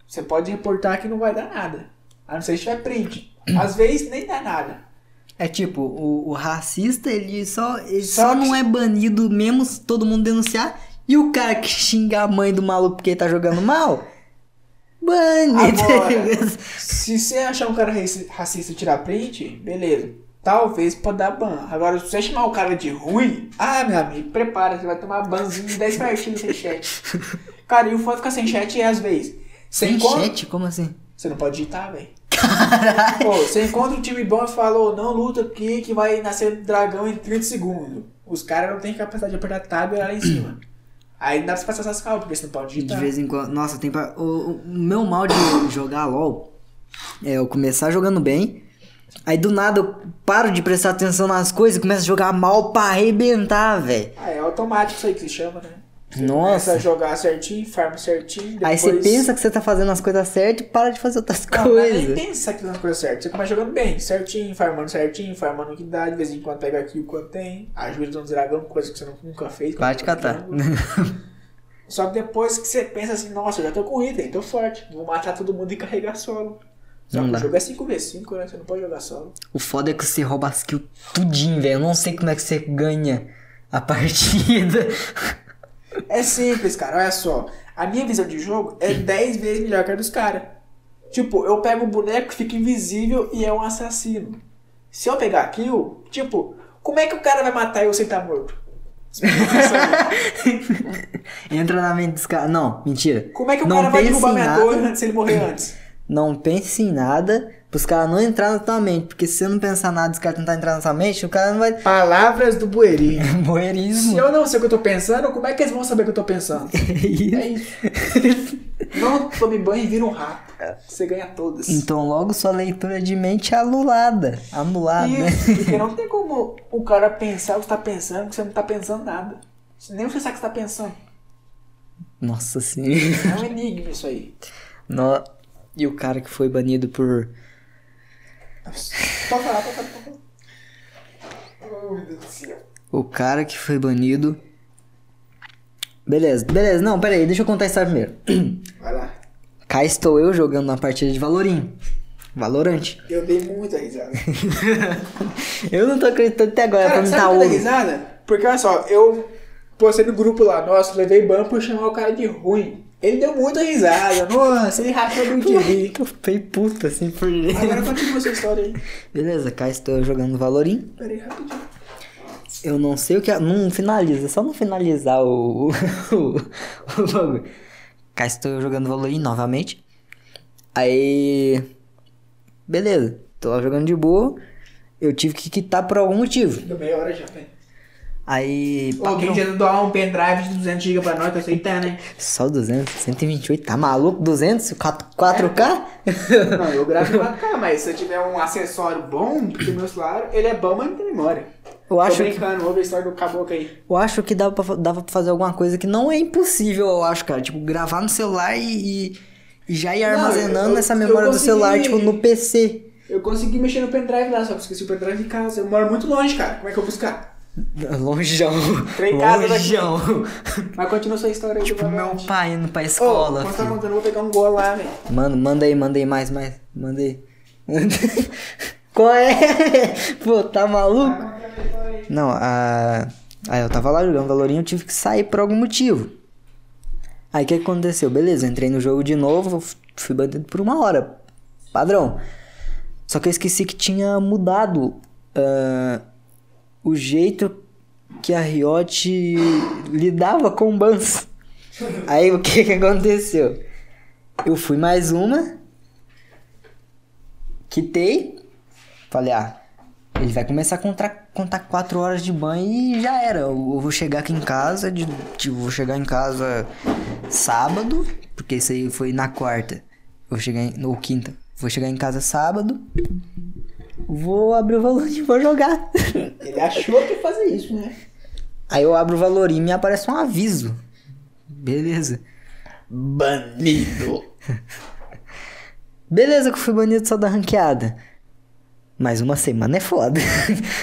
você pode reportar que não vai dar nada. A não ser se tiver print. Às vezes nem dá nada.
É tipo, o, o racista, ele só, ele
Só
só,
que-
não é banido mesmo se todo mundo denunciar. E o cara que xinga a mãe do maluco porque ele tá jogando mal,
Ah,
bane. tá
Agora.
ligado?
Se você achar um cara raci- racista e tirar print, beleza. Talvez pode dar ban. Agora, se você chamar o cara de ruim, ah, meu amigo, prepara, você vai tomar banzinho de 10 partidas sem chat. Cara, e o fã fica sem chat e às vezes. Você,
Sem
encontra...
chat? Como assim?
você não pode digitar, velho. Pô, você encontra um time bom e falou, não luta aqui que vai nascer um dragão em 30 segundos. Os caras não têm capacidade de apertar tab e olhar lá em cima. Aí não dá pra você passar essas calças, porque você não pode
De
digitar.
vez em quando. Nossa, tem pra... o, o meu mal de jogar LOL é eu começar jogando bem. Aí do nada eu paro de prestar atenção nas coisas e começo a jogar mal pra arrebentar, velho.
Ah, é automático isso aí que se chama, né? Começa a
Nossa.
jogar certinho, farm certinho. Depois...
Aí você pensa que você tá fazendo as coisas certas e para de fazer outras
Não, não é nem
coisas.
pensa que nas coisas certas. Você começa jogando bem, certinho, farmando certinho, farmando o que dá, de vez em quando pega aqui o quanto tem, ajuda no dragão, coisa que você não- nunca fez.
Vai te catar.
Só que depois que você pensa assim, nossa, eu já tô com item, tô forte, vou matar todo mundo e carregar solo. Só
Não
que
dá.
o jogo é 5v5, né? Você não pode jogar solo.
O foda é que você rouba as kills tudinho, velho. Eu não sei como é que você ganha a partida.
É simples, cara, olha só. A minha visão de jogo é 10 vezes melhor que a dos caras. Tipo, eu pego um boneco que fica invisível e é um assassino. Se eu pegar kill, tipo, como é que o cara vai matar eu sem estar morto?
Entra na mente dos caras. Não, mentira.
Como é que o
não
cara vai
pensa
derrubar
em
minha
nada.
torre antes se ele morrer antes?
não pense em nada, pros caras não entrar na tua mente. Porque se você não pensar nada e os caras tentar entrar na sua mente, o cara não vai.
Palavras do bueirinho. Se
Boerismo.
eu não sei o que eu tô pensando, como é que eles vão saber o que eu tô pensando? É isso. Não tome banho e vira um rato. Você ganha todas.
então logo sua leitura de mente é anulada. Anulada, né?
Isso, porque não tem como o cara pensar o que você tá pensando, que você não tá pensando nada. Nem você sabe o que você tá pensando.
Nossa senhora.
É um enigma isso aí.
No- E o cara que foi banido por.
Pode falar, pode falar, pode falar. Oh, meu Deus do céu.
O cara que foi banido. Beleza, beleza. Não, pera aí, deixa eu contar a história primeiro.
Vai lá.
Cá estou eu jogando uma partida de Valorim. Valorante.
Eu dei muita risada.
Eu não tô acreditando até agora, pra
Cara,
mim
sabe
tá
por que eu dei
ouro.
risada? Porque olha só, eu postei no grupo lá, nossa, levei ban por chamar o cara de ruim. Ele deu muita risada, nossa, ele rachou muito de rir.
Eu fiquei puta assim por
Agora continua sua história aí.
Beleza, cá estou eu jogando Valorim.
Pera aí, rapidinho.
Eu não sei o que. Não finaliza, só não finalizar o. o, o bagulho. Cá estou eu jogando Valorim novamente. Aí. Beleza, tô lá jogando de boa. Eu tive que quitar por algum motivo.
Deu meia hora já, velho.
Aí.
Ô, Alguém
patrão-
já não doar um pendrive de 200 GB pra nós, que eu sei que tá, né?
Só 200, 128, tá maluco? 200, 4- 4K?
Não, eu gravo em 4K, mas se eu tiver um acessório bom, porque meu celular, ele é bom, mas não tem memória.
Eu acho
Tô
que-
brincando, ouve a história do caboclo aí.
Eu acho que dava pra, fa- dava pra fazer alguma coisa que não é impossível, eu acho, cara. Tipo, gravar no celular e, e- e já ir
Não,
armazenando
eu- eu-
essa
eu
memória do
consegui-
celular, tipo, no PC.
Eu consegui mexer no pendrive lá, só que esqueci o pendrive em casa. Eu moro muito longe, cara. Como é que eu vou buscar?
Longeão.
Três casas daqui.
Longeão.
Mas continua sua história aí,
Tipo,
vai lá.
meu pai indo pra
Ô,
escola.
quando tá
filho.
contando, eu vou pegar um gol lá, velho.
Mano, manda aí, manda aí, mais, mais. Manda aí. Qual é? Pô, tá maluco? Não, a. Aí eu tava lá jogando Valorinho, eu tive que sair por algum motivo. Aí o que aconteceu? Beleza, eu entrei no jogo de novo, f- fui banido por uma hora. Padrão. Só que eu esqueci que tinha mudado ah, o jeito que a Riot lidava com bans. Aí o que que aconteceu? Eu fui mais uma. Quitei. Falei, ah, ele vai começar a contar, contar quatro horas de banho e já era. Eu, eu vou chegar aqui em casa, de, tipo, vou chegar em casa sábado, porque isso aí foi na quarta. Vou chegar em, ou quinta. Vou chegar em casa sábado. Vou abrir o valor e vou jogar.
Ele achou que ia fazer isso, né?
Aí eu abro o Valorim e me aparece um aviso. Beleza.
Banido.
Beleza que eu fui banido só da ranqueada. Mas uma semana é foda.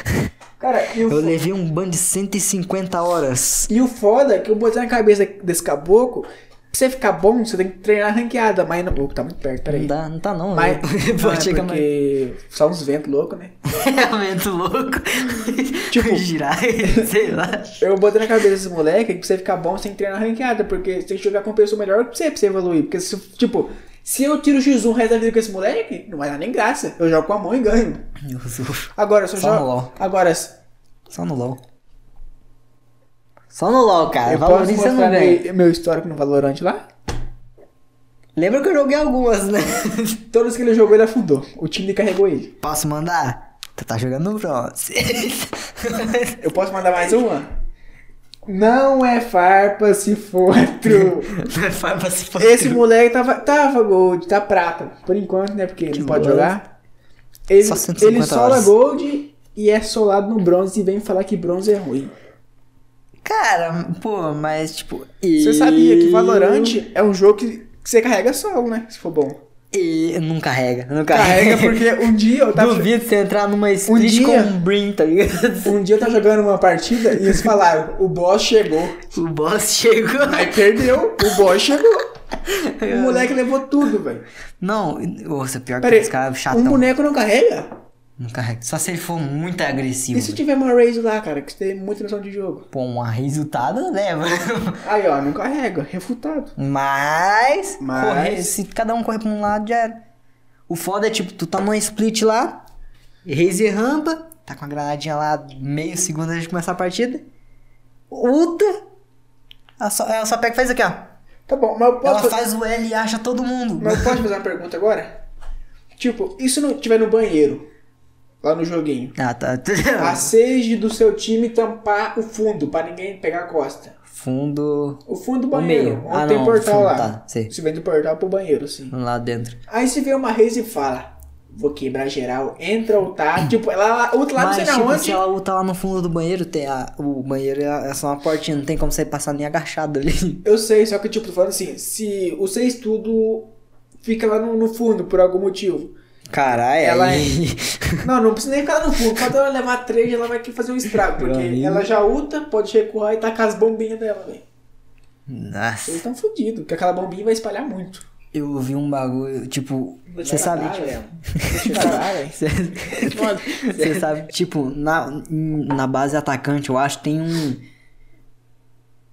Cara, e o,
Eu
fo-
levei um ban de 150 horas.
e o foda é que eu botei na cabeça desse caboclo, pra você ficar bom, você tem que treinar ranqueada, mas não. Ô, tá muito perto,
Não
peraí.
dá, não tá não.
Mas,
Eu-
não, é
Pode chegar mais.
porque só uns ventos loucos, né?
É muito louco.
Tipo-
girar, sei lá.
Eu botei na cabeça desse moleque que pra você ficar bom, você tem que treinar ranqueada, porque você tem que jogar com uma pessoa melhor que você pra você evoluir. Porque, se, tipo, se eu tiro o X1 o resto da vida com esse moleque, não vai dar nem graça. Eu jogo com a mão e ganho.
Eu sou-
Agora, se eu
Só no
jogo.
LOL.
Agora, se-
Só no LOL. Só no LOL, cara.
eu posso
Valoriza não
mostrar
ganha.
meu, meu histórico no Valorant lá?
Lembra que eu joguei algumas, né?
Todos que ele jogou, ele afundou. O time carregou ele.
Posso mandar? Tu tá jogando bronze.
Eu posso mandar mais uma? Não é farpa se for true.
Não é farpa se for
Esse
true.
moleque tava, tava gold, tá prata. Por enquanto, né? Porque ele não pode
louco.
jogar. Ele
Só
só,
150
ele sola
horas.
gold e é solado no bronze e vem falar que bronze é ruim.
Cara, pô, mas tipo.
Você
eu-
sabia que Valorant é um jogo que, que você carrega solo, né? Se for bom.
E... Não carrega, não carrega.
Carrega porque um dia eu tava.
Duvido você entrar numa street
dia-
com um Brim, tá ligado?
Um dia eu tava jogando uma partida e eles falaram, o boss chegou.
O boss chegou.
Aí perdeu, o boss chegou. O moleque levou tudo, velho.
Não, nossa, pior
Pera
que
aí,
os caras
um
chatão.
boneco não carrega?
Não carrega. Só se ele for muito agressivo.
E se tiver uma raise lá, cara, que você tem muita noção de jogo?
Pô, um resultado leva.
Aí, ó, não carrega, refutado.
Mas,
Mas-
correr- se cada um correr pra um lado, já era. O foda é tipo, tu tá numa split lá, raise e rampa, tá com a granadinha lá meio segundo antes de começar a partida. Ulta. Ela só, ela só pega e faz aqui, ó.
Tá bom, mas eu posso,
Ela
fazer,
faz o L e acha todo mundo.
mas eu posso fazer uma pergunta agora? Tipo, e se não tiver no banheiro? Lá no joguinho.
Ah, tá.
A seis do seu time tampar o fundo, pra ninguém pegar a costa.
Fundo
O fundo do banheiro.
meio.
Onde
Ah,
tem
não,
portal
fundo,
lá.
tá, sei.
Você vem do portal pro banheiro, assim.
lá dentro.
Aí se vê uma Reis e fala: Vou quebrar geral, entra ou tá. tipo, ela outro lado, não sei
Mas,
na
tipo,
onde.
se ela tá lá no fundo do banheiro, tem a- o banheiro é é só uma portinha, não tem como sair passar nem agachado ali.
Eu sei, só que tipo, tô falando assim, se o seis tudo fica lá no, no fundo por algum motivo.
Caralho,
Ela é.
aí-
Não, não precisa nem ficar lá no fundo, quando ela levar três, ela vai fazer um estrago,
Meu
porque
amigo.
ela já ulta, pode recuar e tacar as bombinhas dela, velho.
Nossa.
Eles tão fodidos, porque aquela bombinha vai espalhar muito.
Eu ouvi um bagulho, tipo,
Vou te
você sabe,
catar,
tipo,
velho. Vou te catar, velho. Foda.
Você sabe, tipo, na, na base atacante, eu acho, tem um.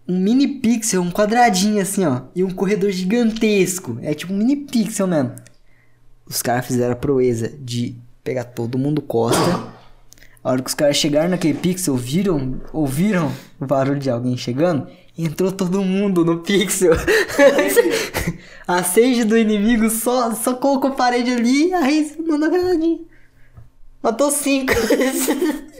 Um mini pixel, um quadradinho assim, ó. E um corredor gigantesco. É tipo um mini pixel mesmo. Os caras fizeram a proeza de pegar todo mundo costa. A hora que os caras chegaram naquele pixel, viram, ouviram o barulho de alguém chegando, entrou todo mundo no pixel. a sede do inimigo só, só colocou a parede ali, aí você mandou granadinha. Matou cinco.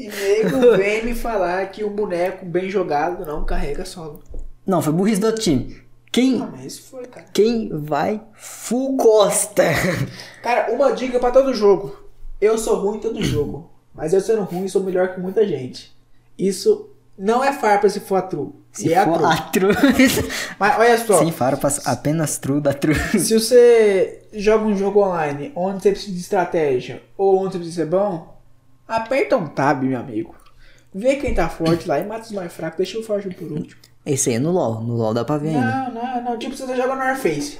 E nego vem me falar que um boneco bem jogado não carrega solo.
Não, foi burrice do outro time.
Ah,
Quem,
mas isso foi, cara.
quem vai full costa?
Cara, uma dica pra todo jogo. Eu sou ruim em todo jogo. Mas eu sendo ruim, sou melhor que muita gente. Isso não é farpa se for a true. Se, é a
for
true.
a tru.
Mas olha só,
Sem faro, passa- apenas tru da tru.
se você joga um jogo online onde você precisa de estratégia ou onde você precisa ser bom, aperta um tab, meu amigo. Vê quem tá forte lá e mata os mais fracos. Deixa o forte por último.
Esse aí é no LoL. No LOL dá pra ver ainda.
Não, não, não. Tipo, você tá jogando Warface.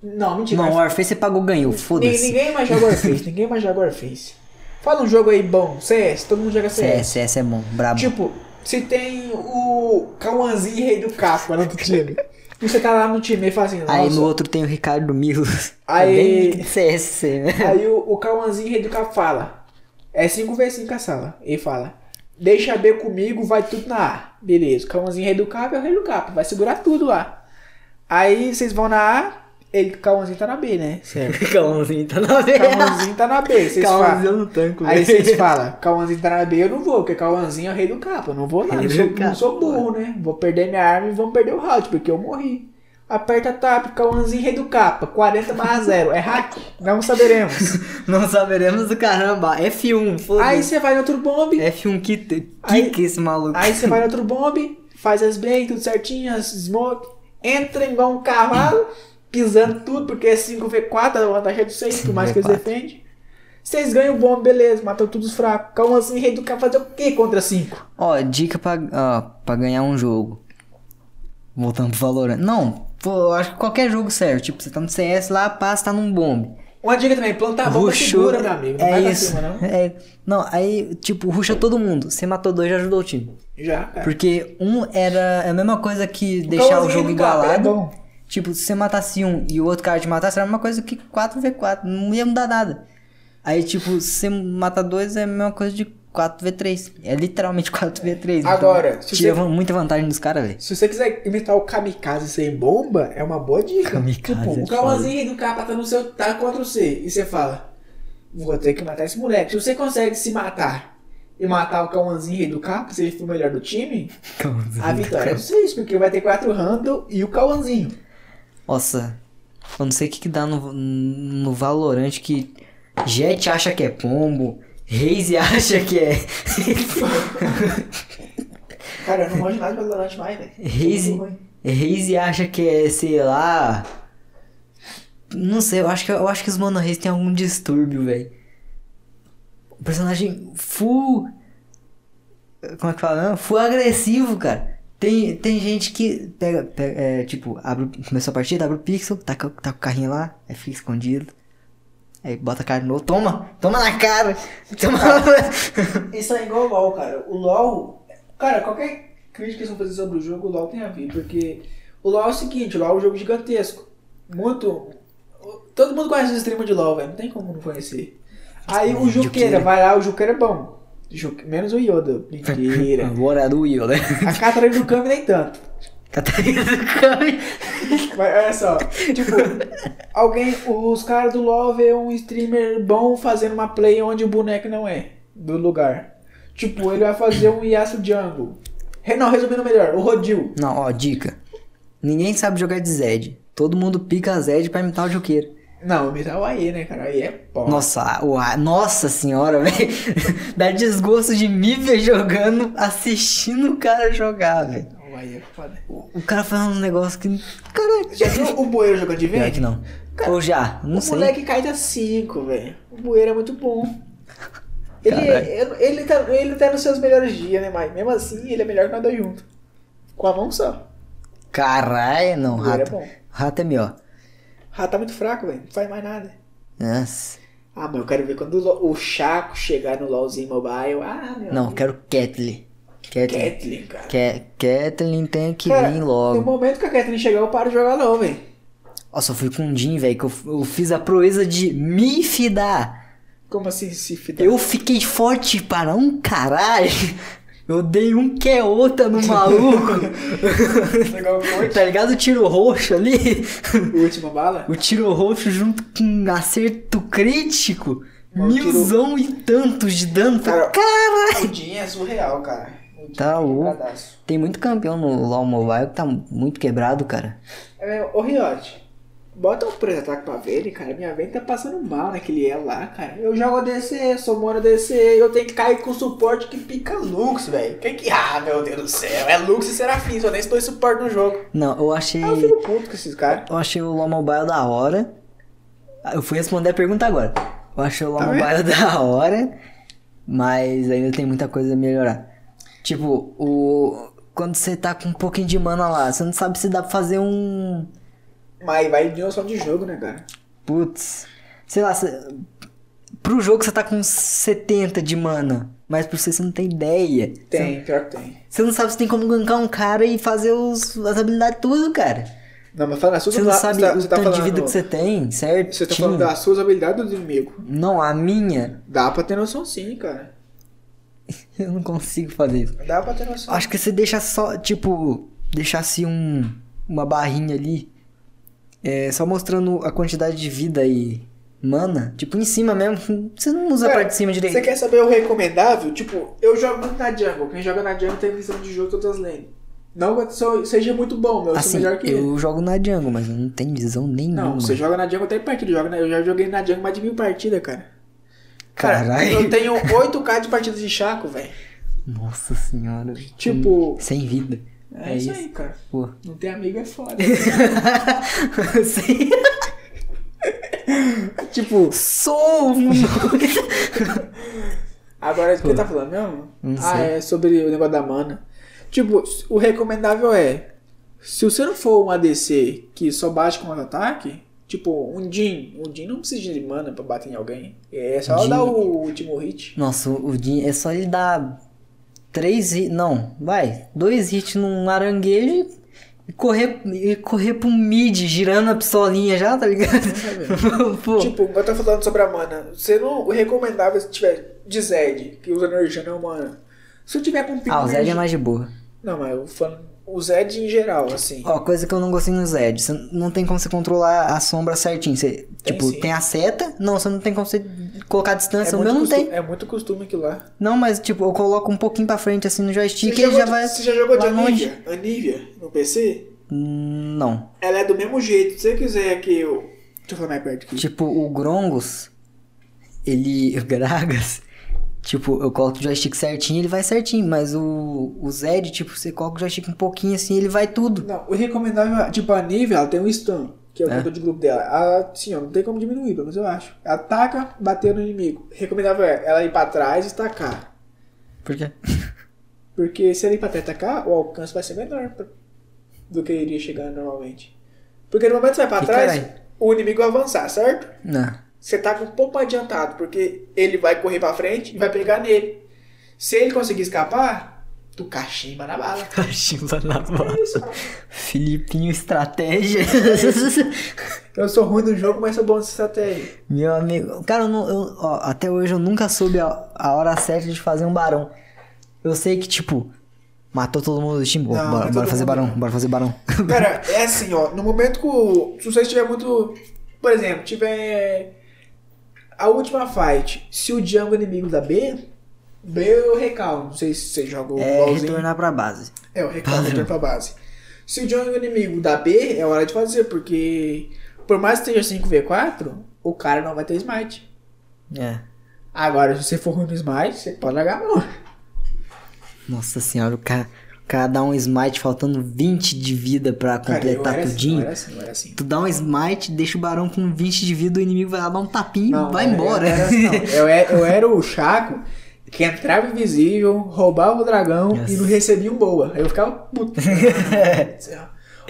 Não, mentira.
Não, o
Warface-
Warface você pagou, ganhou.
Ninguém,
Foda-se.
ninguém mais joga Warface. ninguém mais joga Warface. Fala um jogo aí bom. CS. Todo mundo joga CS.
CS, CS é bom. Brabo.
Tipo, se tem o Cauãzinho rei do Caco lá no outro time. E você tá lá no time e fala assim,
aí
nossa.
no outro tem o Ricardo Milos.
Aí-
É bem CS, né?
Aí o, o Cauãzinho rei do Caco fala. É 5v5 a sala. Ele fala. Deixa B comigo, vai tudo na A. Beleza, o Cauãzinho rei do Caco é o rei do Caco. Vai segurar tudo lá. Aí vocês vão na A, ele, o Cauãzinho tá na B, né? Certo.
Calmãozinho tá na
O Cauãzinho tá na B, vocês falam.
Calmãozinho no tanco.
Aí
velho.
vocês falam, Cauãzinho tá na B, eu não vou, porque Cauãzinho é o rei do capa, eu não vou lá,
Rei
não
do
sou,
capa,
não sou burro, né? Vou perder minha arma e vão perder o round, porque eu morri. Aperta tap, Cauãzinho rei do capa, 40 barra 0, é hack? Não saberemos.
Não saberemos do caramba. F1,
Aí
foda-se.
você vai no outro bomb,
F1 kick,
Aí-
kick esse maluco.
aí você vai no outro bomb, faz as bem, tudo certinho, as smoke, entra igual um cavalo, pisando tudo, porque é 5v4, a vantagem é de 6, por mais que eles
5v4.
defendem. Vocês ganham o bomb, beleza, matam todos os fracos. Cauãzinho rei do capa fazer o que contra 5?
Ó, dica pra, ó, pra ganhar um jogo. Voltando pro Valorant. Não, pô, eu acho que qualquer jogo serve. Tipo, você tá no CS lá, passa, tá num bombe.
Uma dica também, plantar bomba
Rushou-
segura, meu amigo. Não
é
vai pra
isso.
cima, não.
É, não, aí, tipo, ruxa todo mundo. Você matou dois, já ajudou o time.
Já, cara.
Porque um era a mesma coisa que deixar o
Cauãzinho
jogo
do Capa,
igualado.
é bom.
Tipo, se você matasse um e o outro cara te matasse, era a mesma coisa que 4v4. Não ia mudar nada. Aí, tipo, se você mata dois, é a mesma coisa de 4v3. É literalmente 4v3. então
Agora, se
tira
você-
van- muita vantagem dos caras, velho.
Se você quiser imitar o kamikaze sem bomba, é uma boa dica.
Kamikaze
tipo,
é
o Cauãzinho do capa tá no seu. tá contra você. E você fala. Vou ter que matar esse moleque. Se você consegue se matar e matar o Cauãzinho do capa, se ele for o melhor do time, a vitória é de vocês, porque vai ter quatro Randall e o Cauãzinho.
Nossa, eu não sei o que, que dá no, no Valorant que Jet acha que é pombo, Reis acha que é.
Cara, eu não gosto nada de Valorant mais, velho.
Reis,
Tudo ruim.
Reis acha que é, sei lá. Não sei, eu acho que, eu acho que os Mano Reis tem algum distúrbio, velho. O personagem full. Como é que fala? Não, Full agressivo, cara. Tem, tem gente que pega, pega, é, tipo, abre, começou a partida, abre o pixel, tá taca, taca o carrinho lá, aí fica escondido. Aí bota a cara no. Toma! Toma na cara! Toma
Isso é igual ao LoL, cara. O LoL. Cara, qualquer crítica que eles vão fazer sobre o jogo, o LoL tem a ver. Porque o LoL é o seguinte: o LoL é um jogo gigantesco. Muito. Todo mundo conhece o streamer de LoL, velho. Não tem como não conhecer. Aí o Juqueira,
Juqueira.
vai lá, o Juqueira é bom. Ju- Menos o Yoda. Mentira.
Agora do Will, né? Tá
A Catarina do Kami nem tanto.
Catarina do Cami.
Mas olha só, tipo, alguém, os caras do LoL vê um streamer bom fazendo uma play onde o boneco não é do lugar. Tipo, ele vai fazer um Yasuo Jungle. Re- Não, resumindo melhor, o Rodil.
Não, ó, dica. Ninguém sabe jogar de Zed. Todo mundo pica Zed pra imitar o Juqueiro.
Não, me dá o AE, né, cara? Aí é pó.
Nossa, o, a- nossa senhora, velho. Dá desgosto de me ver jogando, assistindo o cara jogar, velho.
O AE é foda.
O cara fazendo um negócio que.
Já
Caraca.
viu o Bueiro jogando de
Pior que
verde?
não. Ou já, não
o
sei.
moleque cai da 5, velho. O Bueiro é muito bom. Ele, ele, ele, tá, ele tá nos seus melhores dias, né, mas mesmo assim ele é melhor que nós dois juntos. Com a mão só.
Caralho, não,
Ele é
um rato.
bom.
rato é melhor.
Ah, tá muito fraco, velho. Não faz mais nada.
Nossa.
Ah, mas eu quero ver quando o Lo- o Chaco chegar no LoLzinho Mobile. Ah, meu.
Não, quero Kathleen. Kathleen.
Kathleen, cara.
Ca- Kathleen tem que
Cara,
vir
No
logo.
momento que a Kathleen chegar, eu paro de jogar não, velho.
Nossa, eu fui com o Jin, velho, que eu, eu fiz a proeza de me fidar.
Como assim, se fidar?
Eu fiquei forte para um caralho. Eu dei um que outra no maluco.
Legal, forte.
tá ligado o tiro roxo ali?
Última bala?
O tiro roxo junto com um acerto crítico.
Mano, tiro-
Milzão e tantos de dano. Falei,
Cara-
Caralho!
O Jin é surreal, cara. O Jin
Tá
é
louco.
quebradaço.
Tem muito campeão no LoL Mobile que tá muito quebrado, cara.
É mesmo. Ô, Riot. Bota um preso ataque pra Vayne, cara. Minha Vayne tá passando mal naquele elo lá, cara. Eu jogo ADC, sou mono ADC, eu tenho que cair com suporte que pica Lux, velho. Que que... Ah, meu Deus do céu. É Lux e Serafim, só tem esses dois suporte no jogo.
Não, eu achei.
Ah, eu fico puto com esses caras.
Eu achei o LOL Mobile da hora. Ah, Eu fui responder a pergunta agora. Eu achei o LOL
Tá vendo?
Mobile da hora, mas ainda tem muita coisa a melhorar. Tipo, o. Quando você tá com um pouquinho de mana lá, você não sabe se dá pra fazer um.
Mas vai de noção de jogo, né, cara?
Putz. Sei lá, você... pro jogo você tá com 70 de mana. Mas pro você você não tem ideia. Você-
Tem, pior que tem.
Você não sabe se tem como gankar um cara e fazer os, as habilidades tudo, cara.
Não, mas fala das suas
Você não sabe
tá-
o
tá
tanto de vida
falando-
que você tem, certo?
Você tá falando das suas habilidades do inimigo.
Não, a minha.
Dá pra ter noção sim, cara.
Eu não consigo fazer isso.
Dá pra ter noção.
Acho que se deixar só, tipo, deixasse um, uma barrinha ali, é, só mostrando a quantidade de vida e mana, tipo, em cima mesmo, você não usa a
Cara,
parte de cima direito.
Você quer saber o recomendável? Tipo, eu jogo muito na jungle. Quem joga na jungle tem visão de jogo todas as lanes. Não que eu sou- seja muito bom, meu. Eu
Assim,
sou melhor que ele.
eu jogo na jungle, mas eu não tenho visão nenhuma.
Não, você joga na jungle até em partida. Joga na- Eu já joguei na jungle mais de mil partidas, cara. Cara, eu
Caralho.
tenho 8k de partidas de chaco, velho.
Nossa senhora.
Tipo-
Sem vida.
É, isso aí, cara.
Pô.
Não ter amigo é foda.
Sem-
tipo,
Sou um-
Agora, o que tá falando mesmo?
Não
ah,
sei.
é sobre o negócio da mana. Tipo, o recomendável é... Se você não for um ADC que só bate com ataque... Tipo, um Jin. Um Jin não precisa de mana pra bater em alguém. É só
Jhin.
dar o último hit.
Nossa, o Din é só ele dar três hits. Não, vai. Dois hits num aranguejo e correr, e correr pro mid, girando a pistolinha já, tá ligado? Pô,
Tipo, eu tô falando sobre a mana. Você não... O recomendável se tiver de Zed, que usa energia, não é mana. Se eu tiver com pico...
ah, o Zed
energia-
é mais de boa.
Não, mas eu falando... O Zed em geral, assim.
Ó, coisa que eu não gostei no Zed, você não tem como você controlar a sombra certinho. Você,
Tem
tipo,
sim.
tem a seta, não, você não tem como você colocar a distância, o meu não
costu-
tem.
é muito costume aquilo lá.
Não, mas tipo, eu coloco um pouquinho pra frente assim no joystick
Você
e ele
jogou
já
de-
vai.
Você já jogou de
lá longe.
Anivia? Anivia no PC?
Hum, Não.
Ela é do mesmo jeito. Se você quiser que eu. Deixa eu falar mais perto aqui.
Tipo, o Grongos, ele. O Gragas, tipo, eu coloco o joystick certinho, ele vai certinho. Mas o, o Zed, tipo, você coloca o joystick um pouquinho assim, ele vai tudo.
Não, o recomendável. é- Tipo, a Anivia, ela tem um stun, que é o
É.
controle de grupo dela. Ela, sim, ó, não tem como diminuir, pelo menos eu acho. Ela ataca, bater no inimigo. Recomendável é ela ir pra trás e tacar.
Por quê?
Porque se ela ir pra trás e tacar, o alcance vai ser menor pra- do que iria chegar normalmente. Porque no momento que é? você vai pra
E
trás,
caralho.
o inimigo vai avançar, certo?
Não.
você tá com um pouco adiantado, porque ele vai correr pra frente e vai pegar nele. Se ele conseguir escapar, tu cachimba na bala.
Cachimba na
É isso.
Filipinho Estratégia.
Eu sou ruim no jogo, mas sou bom nessa estratégia.
Meu amigo. Cara, eu não, eu- ó, até hoje eu nunca soube a, a hora certa de fazer um barão. Eu sei que, tipo, Matou todo mundo do time. Pô,
Não,
bora,
matou
bora
todo
fazer
mundo.
barão, bora fazer barão.
Cara, é assim, ó. No momento que. o- Se você estiver muito. Por exemplo, tiver. A última fight. Se o Django é inimigo da B. B eu recalo. Não sei se você joga o
é
LOLzinho.
retornar pra base.
É, o recado retorno pra base. Se o Django é inimigo da B, é hora de fazer, porque. Por mais que esteja 5v4, o cara não vai ter smite.
É.
Agora, se você for ruim no smite, você pode largar a mão.
Nossa senhora, o cara, o cara dá um smite faltando 20 de vida pra
Cara, eu
completar
era assim,
tudinho.
eu era assim, eu era assim.
Tu dá um smite, deixa o barão com 20 de vida, o inimigo vai lá dar um tapinho
Não,
e vai
eu-
embora.
Eu, era assim, não. Eu era, eu era o Chaco que entrava invisível, roubava o dragão
Nossa.
e não recebia um boa. Aí eu ficava puto.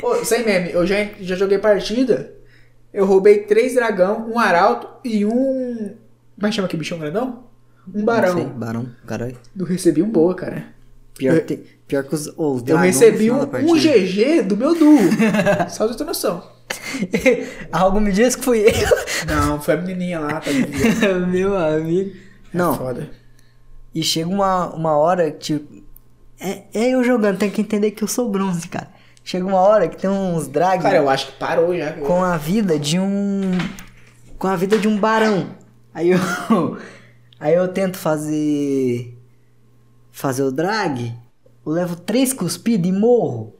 Ô, sem meme, eu já, já joguei partida, eu roubei três dragão, um arauto e um. Como é que chama aquele bichão grandão?
Não
Um
sei,
barão.
barão, caralho.
Não recebi um boa, cara.
Pior,
Eu-
que tem- pior que os. Oh, os
Eu
dragões no
recebi
final
um,
da
um
partida.
GG do meu duo. Só de tua noção.
Algo me diz que fui eu.
Não, foi a menininha lá, tá ligado?
Meu amigo. Não,
É Foda.
E chega uma, uma hora que, tipo. É, é eu jogando, tem que entender que eu sou bronze, cara. Chega uma hora que tem uns drag
Cara, eu acho que parou já.
com a vida de um. Com a vida de um barão. Aí eu. Aí eu tento fazer. Fazer o drag. Eu levo três cuspidas e morro.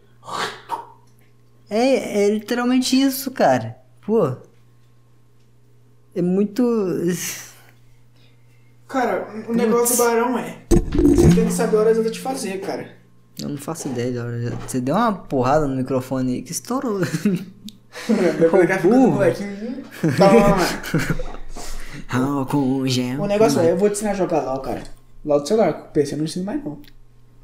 É, é literalmente isso, cara. Pô. É muito.
Cara, o negócio do barão é. Você tem que saber a hora exata de fazer, cara.
Eu não faço ideia, Laura. Você deu uma porrada no microfone aí que estourou. burro.
Tá
Ah, com gema.
O negócio é, eu vou te ensinar a jogar LOL, cara. LOL do celular, com o PC eu não ensino mais não.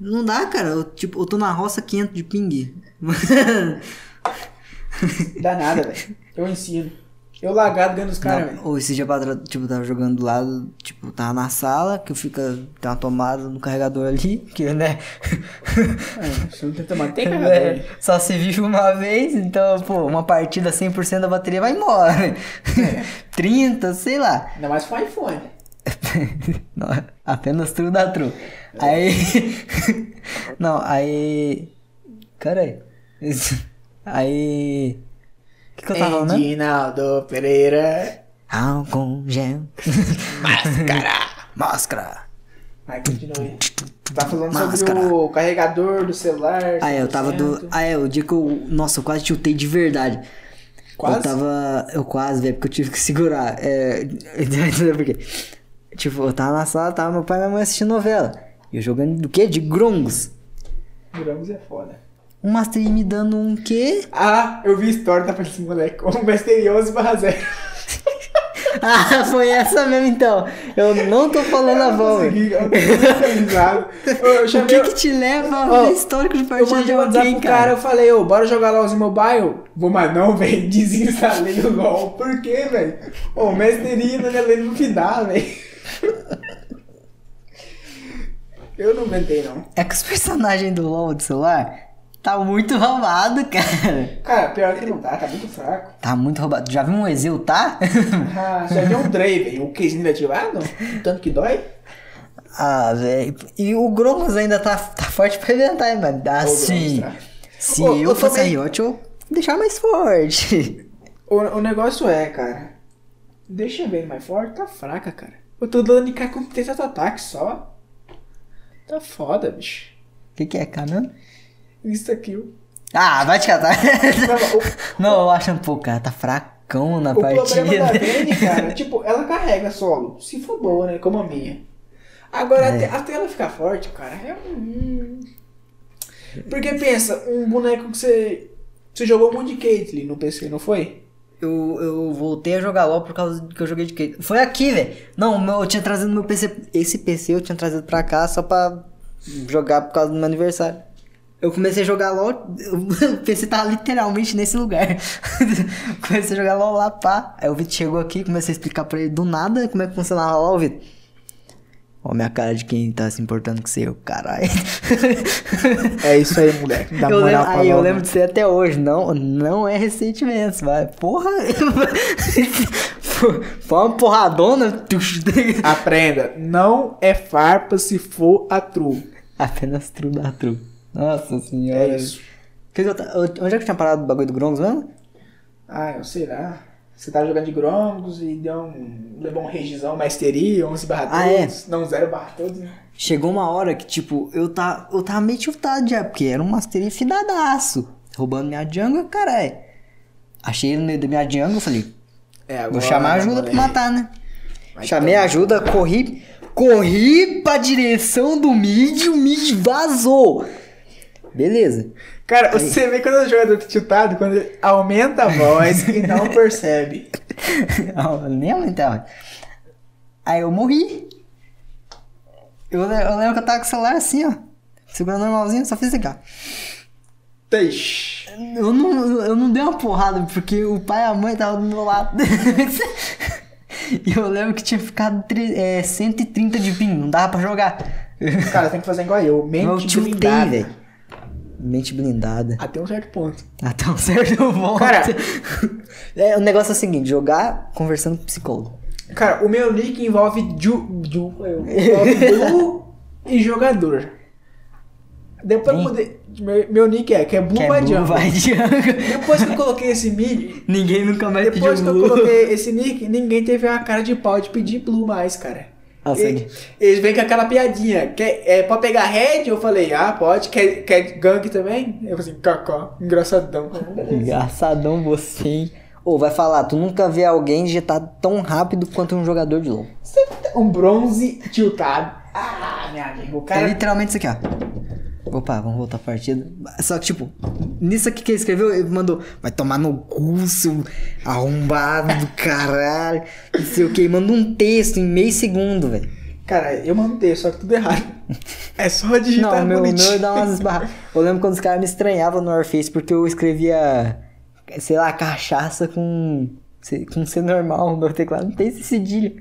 Não dá, cara. Eu, tipo, eu tô na roça 500 de ping.
Dá nada, velho. Eu ensino. Eu lagado ganho dos caras,
Não,
velho.
Ou esse dia pra trás, tipo, tava jogando do lado, tipo, tava na sala, que eu fica. Tem uma tomada no carregador ali, que, né?
É, Você não tenta manter, cara.
É,
velho.
só se vive uma vez, então, pô, uma partida 100% da bateria vai embora. 30, sei lá.
Ainda mais com iPhone.
Não, apenas true da true. Aí. Não, aí. Caralho. Isso- Aí. O que, que eu tava falando? né? mesmo?
Edinaldo Pereira.
Ah, com gel. Máscara!
Aí continua. Tá falando sobre
Máscara.
o carregador do celular.
Aí eu tava do.
100%.
Ah, é, o dia que eu. Nossa, eu quase tiltei de verdade.
Quase?
Eu tava. Eu quase, velho, porque eu tive que segurar. É. entendeu por quê? Tipo, eu tava na sala, tava meu pai e minha mãe assistindo novela. E eu jogando do quê? De grongos.
Duramos é foda.
O Master Yi me dando um quê?
Ah, eu vi a história, tá pra esse moleque. O misterioso barra zero.
Ah, foi essa mesmo então. Eu não tô falando a
Eu não
volta.
consegui, eu não consegui risado. Eu- Eu
Tá O
chamei.
que que te leva a
Ó,
ver histórico de
Eu
partida de
mandei um WhatsApp
alguém,
pro cara,
cara?
eu falei, ô, bora jogar LOLzinho Mobile? Vou, mas não, velho, desinstalei o LOL. Por quê, velho? Ô, o mesterinho não é ia não me dá, velho. Eu não inventei, não.
É que os personagens do LoL do celular tá muito roubado, cara.
Cara, pior que não dá, tá muito fraco.
Tá muito roubado. Já viu um Ezeu, tá?
Ah, só que é um Drey, velho. O case inativado? o Tanto que dói?
ah, velho. E o Gromos ainda tá, tá forte pra inventar, hein, mano? Assim.
Gromos, tá.
Se
Ô,
eu
eu
fosse
também-
a Riot, eu deixar mais forte.
O, o negócio é, cara. Deixa eu ver, mais forte tá fraca, cara. Eu tô dando de cara com 30 ataques só. Tá foda, bicho.
O que, que é, cara?
Isso aqui. O,
Ah, vai te catar.
o
Não, eu acho um pouco, cara. Tá fracão na
problema
partida.
da Granny, cara, tipo, ela carrega solo. Se for boa, né? Como a minha. Agora, até, até ela ficar forte, cara, é um. Porque pensa, um boneco que você. Você jogou um monte de Caitlyn no PC, não foi?
Eu, eu voltei a jogar LOL por causa que eu joguei de Caitlyn. Foi aqui, velho. Não, meu- eu tinha trazido meu PC. Esse PC eu tinha trazido pra cá só pra jogar por causa do meu aniversário. Eu comecei a jogar LOL. eu- O PC tava literalmente nesse lugar. comecei a jogar LOL lá, pá. Aí o Vitor chegou aqui, comecei a explicar pra ele do nada como é que funcionava LOL, Vitor. Ó, minha cara de quem tá se importando com você, eu, caralho.
É isso aí, moleque. Dá
eu
moral
lembro,
pra
aí eu
LOL,
lembro
né?
de você até hoje, não, não é ressentimento, vai. Porra! Foi uma porradona. tux.
Aprenda, não é farpa se for a true.
Apenas true da true. Nossa senhora.
É isso.
Que que eu ta- eu- onde é que eu tinha parado o bagulho do Grongos mesmo?
Ah, eu sei lá. Você tava jogando de Grongos e deu um. levou um regizão maestria, 11 barra
Ah, é?
12. Não, 0 barra 12. né?
Chegou uma hora que, tipo, eu, tá, eu tava meio tiltado já, porque era um Mastery finadaço. Roubando minha jungle, caralho. Achei ele no meio da minha jungle, falei,
É, agora. é.
vou chamar ajuda pra
moleque.
matar, né?
Vai
Chamei
tomar.
ajuda, corri, corri pra direção do mid, o mid vazou. Beleza.
Cara, você vê quando o jogador tá tiltado, quando ele aumenta a voz e não percebe.
Não, nem aumentava. Aí eu morri. Eu, le- eu lembro que eu tava com o celular assim, ó. Segurando normalzinho, só fiz isso aqui, ó.
Teixe.
Eu não, eu não dei uma porrada, porque o pai e a mãe estavam do meu lado. e eu lembro que tinha ficado tre- é, 130 de ping, não dava pra jogar.
Cara, tem que fazer igual eu.
Eu
Mente
tiltei,
blindada.
velho. Mente blindada.
Até um certo ponto.
Até um certo ponto.
Cara-
é, o negócio é o seguinte, jogar conversando com psicólogo.
Cara, o meu nick envolve Ju. Ju. eu- Envolve Blue e jogador. Depois eu
Hein?
mudei. Meu, meu nick é, que é Blue
Que é
by
Blue
Jungle.
vai Django.
Depois que eu coloquei esse mid.
Ninguém nunca mais
Depois que
pediu
eu
Blue.
coloquei esse nick, ninguém teve a cara de pau de pedir Blue mais, cara.
Nossa,
E- eles vêm com aquela piadinha. Quer, é, pode pegar red? Eu falei, ah, pode. Quer, quer gank também? Eu falei assim, cacá, engraçadão.
Uhum. Engraçadão você, hein? Ô, vai falar, tu nunca vê alguém digitar tão rápido quanto um jogador de LoL.
Você tá um bronze tiltado. Ah, minha amiga, o
É
cara.
literalmente isso aqui, ó. Opa, vamos voltar a partida. Só que, tipo, nisso aqui que ele escreveu, ele mandou, vai tomar no cu, seu arrombado do caralho. Não sei o que, manda um texto em meio segundo, velho.
Cara, eu mandei, só que tudo errado. É só digitar
Não, meu,
bonitinho.
meu dá umas esbarradas. Eu lembro quando os caras me estranhavam no Warface porque eu escrevia, sei lá, cachaça com, sei- com C normal. Meu teclado não tem esse cedilha.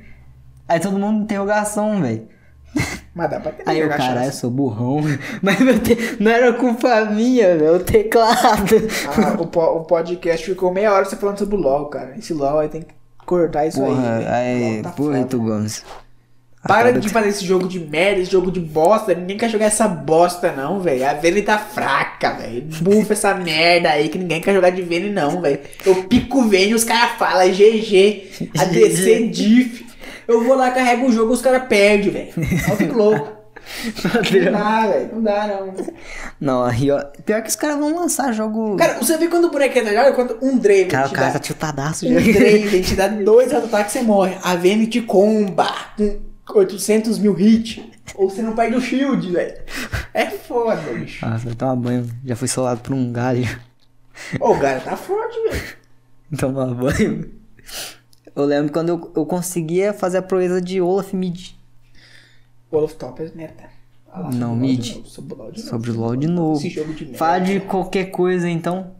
Aí todo mundo interrogação, velho.
Mas dá pra ter
Aí eu,
jogar
caralho, eu
chance.
sou burrão. Mas meu te- não era culpa minha, meu teclado.
Ah, o, po- o podcast ficou meia hora você falando sobre o LOL, cara. Esse LOL aí tem que cortar isso
Porra,
aí. velho.
aí,
LOL tá
porra,
foda.
Itu Gomes.
Para
Acaba
de fazer esse jogo de merda, esse jogo de bosta. Ninguém quer jogar essa bosta, não, velho. A Vene tá fraca, velho. Bufa essa merda aí que ninguém quer jogar de Vene, não, velho. Eu pico Vene e os caras falam GG, ADC, é diff. Eu vou lá, carrego o jogo os caras perdem, velho. Eu fico louco. Não dá, velho. Não dá, não.
Não, aí, ó, pior que os caras vão lançar jogo.
Cara, você vê quando o boneco é atrás, quando um Draven
Cara, o
te
cara
dá
tá tiltadaço já.
um Draven te dá dois ataques você morre. A Vene te comba com 800 mil hits. Ou você não perde o shield, velho. É foda, bicho.
Nossa, vai tomar banho. Já fui solado por um galho.
Ô, o cara tá forte, velho.
Tomar banho. Eu lembro quando eu, eu conseguia fazer a proeza de Olaf Mid.
Olaf Top é meta. Ah lá,
Não,
sobre o LOL
mid.
de novo, Sobre
Sobre
o LOL de novo.
o LOL de novo.
Esse jogo de merda.
Fala de qualquer coisa então.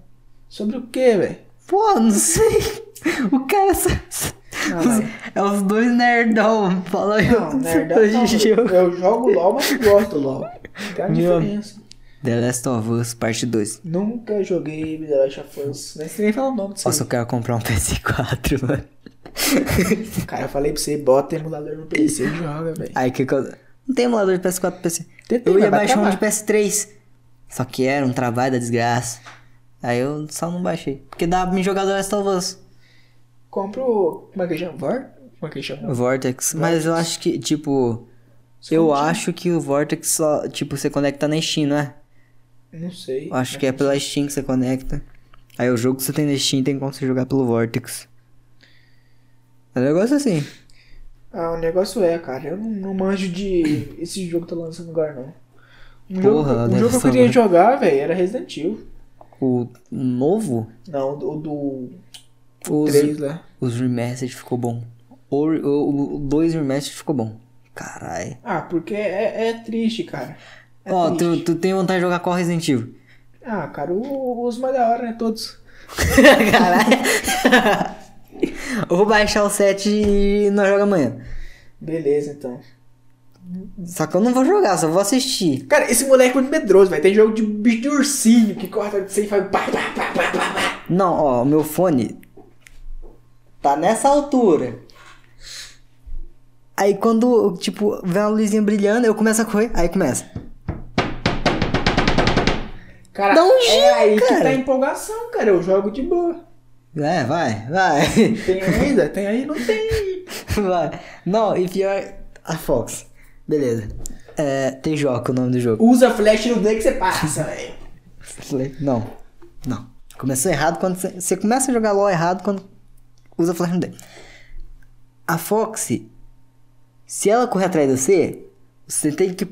Sobre o quê, velho?
Pô, não sei. O cara. só- os- é os dois nerdão. Fala aí.
Ah, Não, nerdão não, velho.
jogo.
Eu jogo LOL, mas não gosto do LOL. Tem uma
Meu-
diferença.
The Last of Us Parte 2.
Nunca joguei The Last of Us. Nem sei nem falar o nome disso. aí.
Nossa, eu quero comprar um PS4, mano.
Cara, eu falei pra você, bota emulador no PC e joga, velho.
Aí que que eu... Não tem emulador de PS4 pro PC.
Tem, tem,
eu ia
mas vai
baixar um
travar.
de PS3. Só que era um trabalho da desgraça. Aí eu só não baixei. Porque dá pra me jogar The Last of Us.
Compra o. Como é que chama? Vor? Como é que chama?
Vortex. Mas eu acho que, tipo...
Só
Eu
um time.
acho que o Vortex só... Tipo, você conecta na Steam, não é?
Não sei.
Eu acho que é pela Steam que você conecta. Aí o jogo que você tem na Steam tem como você jogar pelo Vortex. É um negócio assim.
Ah, o negócio é, cara. Eu não, não manjo de. Esse jogo tá lançando agora, não. Um
Porra,
jogo, um
deve
jogo que eu
ser,
queria
né?
jogar, velho, era Resident Evil.
O novo...
Não, o do.
Os,
3 lá.
Os remastered ficou bom. O, re- o, o dois remastered ficou bom. Caralho.
Ah, porque é, é triste, cara. É
Ó, tu,
triste.
tu tem um- vontade de jogar qual Resident Evil?
Ah, cara, o- os mais da hora, né? Todos.
Caralho. Eu vou baixar o 7 e nós joga amanhã.
Beleza, então.
Só que eu não vou jogar, só vou assistir.
Cara, esse moleque é muito medroso, velho. Tem jogo de bicho de ursinho que corta de você e faz. Pá, pá, pá, pá, pá, pá.
Não, ó, o meu fone tá nessa altura. Aí quando, tipo, vem uma luzinha brilhando, eu começo a correr, aí começa.
Cara,
Dá um
é
jeito,
aí que
cara.
tá a empolgação, cara. Eu jogo de boa.
É, vai, vai.
Tem ainda? Tem aí? Não tem.
Vai. Não, e pior, a Fox. Beleza. É, Tejoca o nome do jogo.
Usa flash no deck que você passa, velho.
Falei, Não, não. Começou errado quando você, você começa a jogar LOL errado quando usa flash no deck. A Foxy, se ela correr atrás de você, você tem que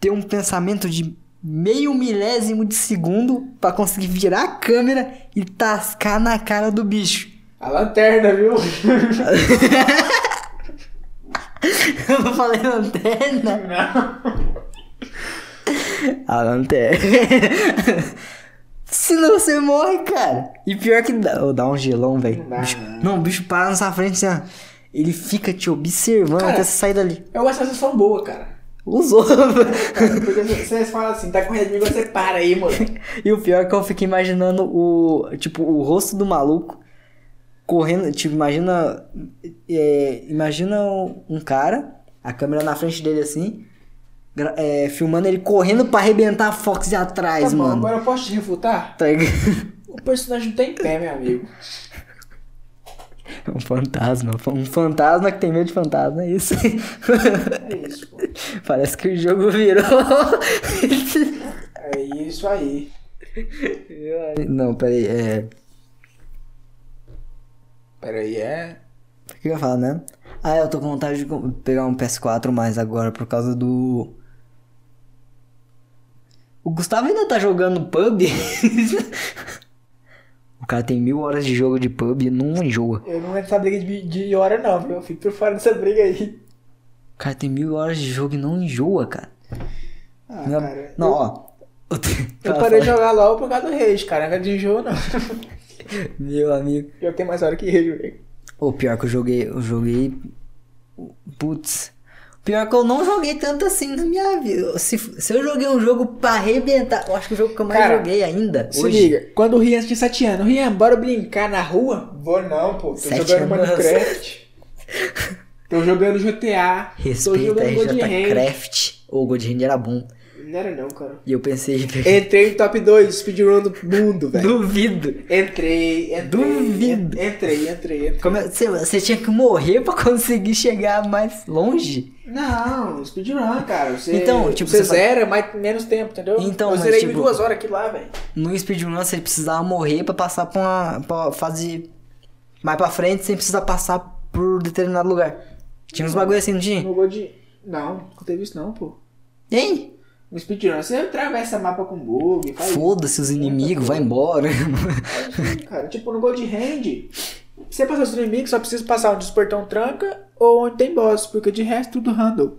ter um pensamento de meio milésimo de segundo pra conseguir virar a câmera e tascar na cara do bicho.
A lanterna, viu?
Eu não falei lanterna.
Não.
A lanterna. Senão você morre, cara. E pior que dá. Ô, dá um gelão, velho.
Não dá, né?
Bicho-
não.
Não, o bicho para na sua frente assim, ó. Ele fica te observando
Cara.
até você sair dali.
É uma sensação boa, cara.
Usou.
Cara, Porque vocês falam assim, tá correndo comigo, você para aí, moleque.
e o pior é que eu fico imaginando o. Tipo, o rosto do maluco correndo. Tipo, imagina. é, imagina um um cara, a câmera na frente dele assim. gra- é, filmando ele correndo pra arrebentar a Fox de atrás,
Tá bom,
mano.
agora eu posso te refutar?
Tá ligado?
O personagem não tem pé, meu amigo.
É Um fantasma. Um fantasma que tem medo de fantasma, é isso.
É isso, pô.
Parece que o jogo virou.
É isso aí.
Não, peraí, é.
Peraí, é.
O que eu ia falar, né? Ah, eu tô com vontade de com- pegar um PS4 mais agora por causa do. O Gustavo ainda tá jogando pub? o cara tem mil horas de jogo de pub e não enjoa.
Eu não entro nessa briga de, de hora, não, viu? Eu fico por fora dessa briga aí.
O cara tem mil horas de jogo e não enjoa, cara.
Ah,
não,
cara.
não, ó. Eu,
Eu parei de jogar LOL por causa do Reis, cara. Não é de jogo, não.
Meu amigo.
Eu tenho mais hora que Reis, velho.
O pior que eu joguei, eu joguei. Putz. Pior que eu não joguei tanto assim na minha vida. Se, se eu joguei um jogo pra arrebentar, eu acho que o jogo que eu mais
Cara,
joguei ainda.
Se
hoje.
liga, quando o Rian tinha 7 anos, Rian, bora brincar na rua? Vou não, pô. Tô
Sete
jogando
anos.
Minecraft. tô jogando GTA. tô
Respeita
jogando Gold
a
Hand.
RJ Craft. Ou o Gold Hand era bom.
Não era não, cara.
E eu pensei em pegar.
Entrei no top 2 speedrun do mundo, velho.
Duvido.
Entrei, entrei.
Duvido.
en- Entrei, entrei, entrei.
Como é- você, você tinha que morrer pra conseguir chegar mais longe?
Não, speedrun, cara. Você,
Então, tipo,
você,
você fala-
zera mais, menos tempo, entendeu?
Então,
eu
mas,
zerei em
tipo-
duas horas aqui lá, velho.
No speedrun você precisava morrer pra passar pra uma, pra uma fase mais pra frente sem precisar passar por determinado lugar. Tinha uns bagulho assim, não tinha?
No gol de. Não, não teve isso não, pô.
Hein?
No speedrun, você atravessa mapa com bug, faz
Foda-se os inimigos, vai embora.
faz assim, cara. Tipo, no gol de hand, é você passar os inimigos, um só precisa passar onde os portão tranca ou onde tem boss, porque de resto tudo handle.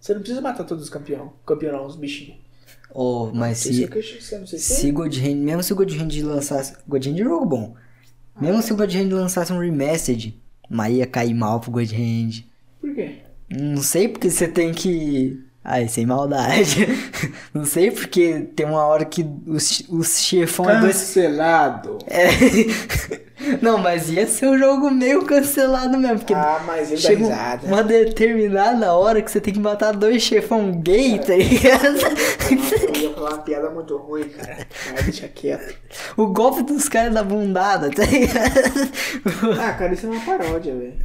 Você não precisa matar todos os campeão, campeão não, os bichinhos.
oh, mas
Isso é
se,
que eu você não sei se. é.
se God Hand, mesmo se o God Hand lançasse. God Hand é um jogo bom. Mesmo se o God Hand lançasse um remastered, mas ia cair mal pro God Hand.
Por quê?
Não sei porque você tem que. Ai, sem maldade. Não sei porque tem uma hora que os, os chefão
Ah.
é dois.
Cancelado.
É. Não, mas ia ser um jogo meio cancelado mesmo. Porque
Ah, mas ele dá
Chega um-
risada.
uma determinada hora que você tem que matar dois chefão gay, tá ligado?
Eu ia falar uma piada muito ruim, cara. Mas deixa quieto.
O golpe dos caras da bundada, tá ligado?
Ah, cara, isso é uma paródia, velho.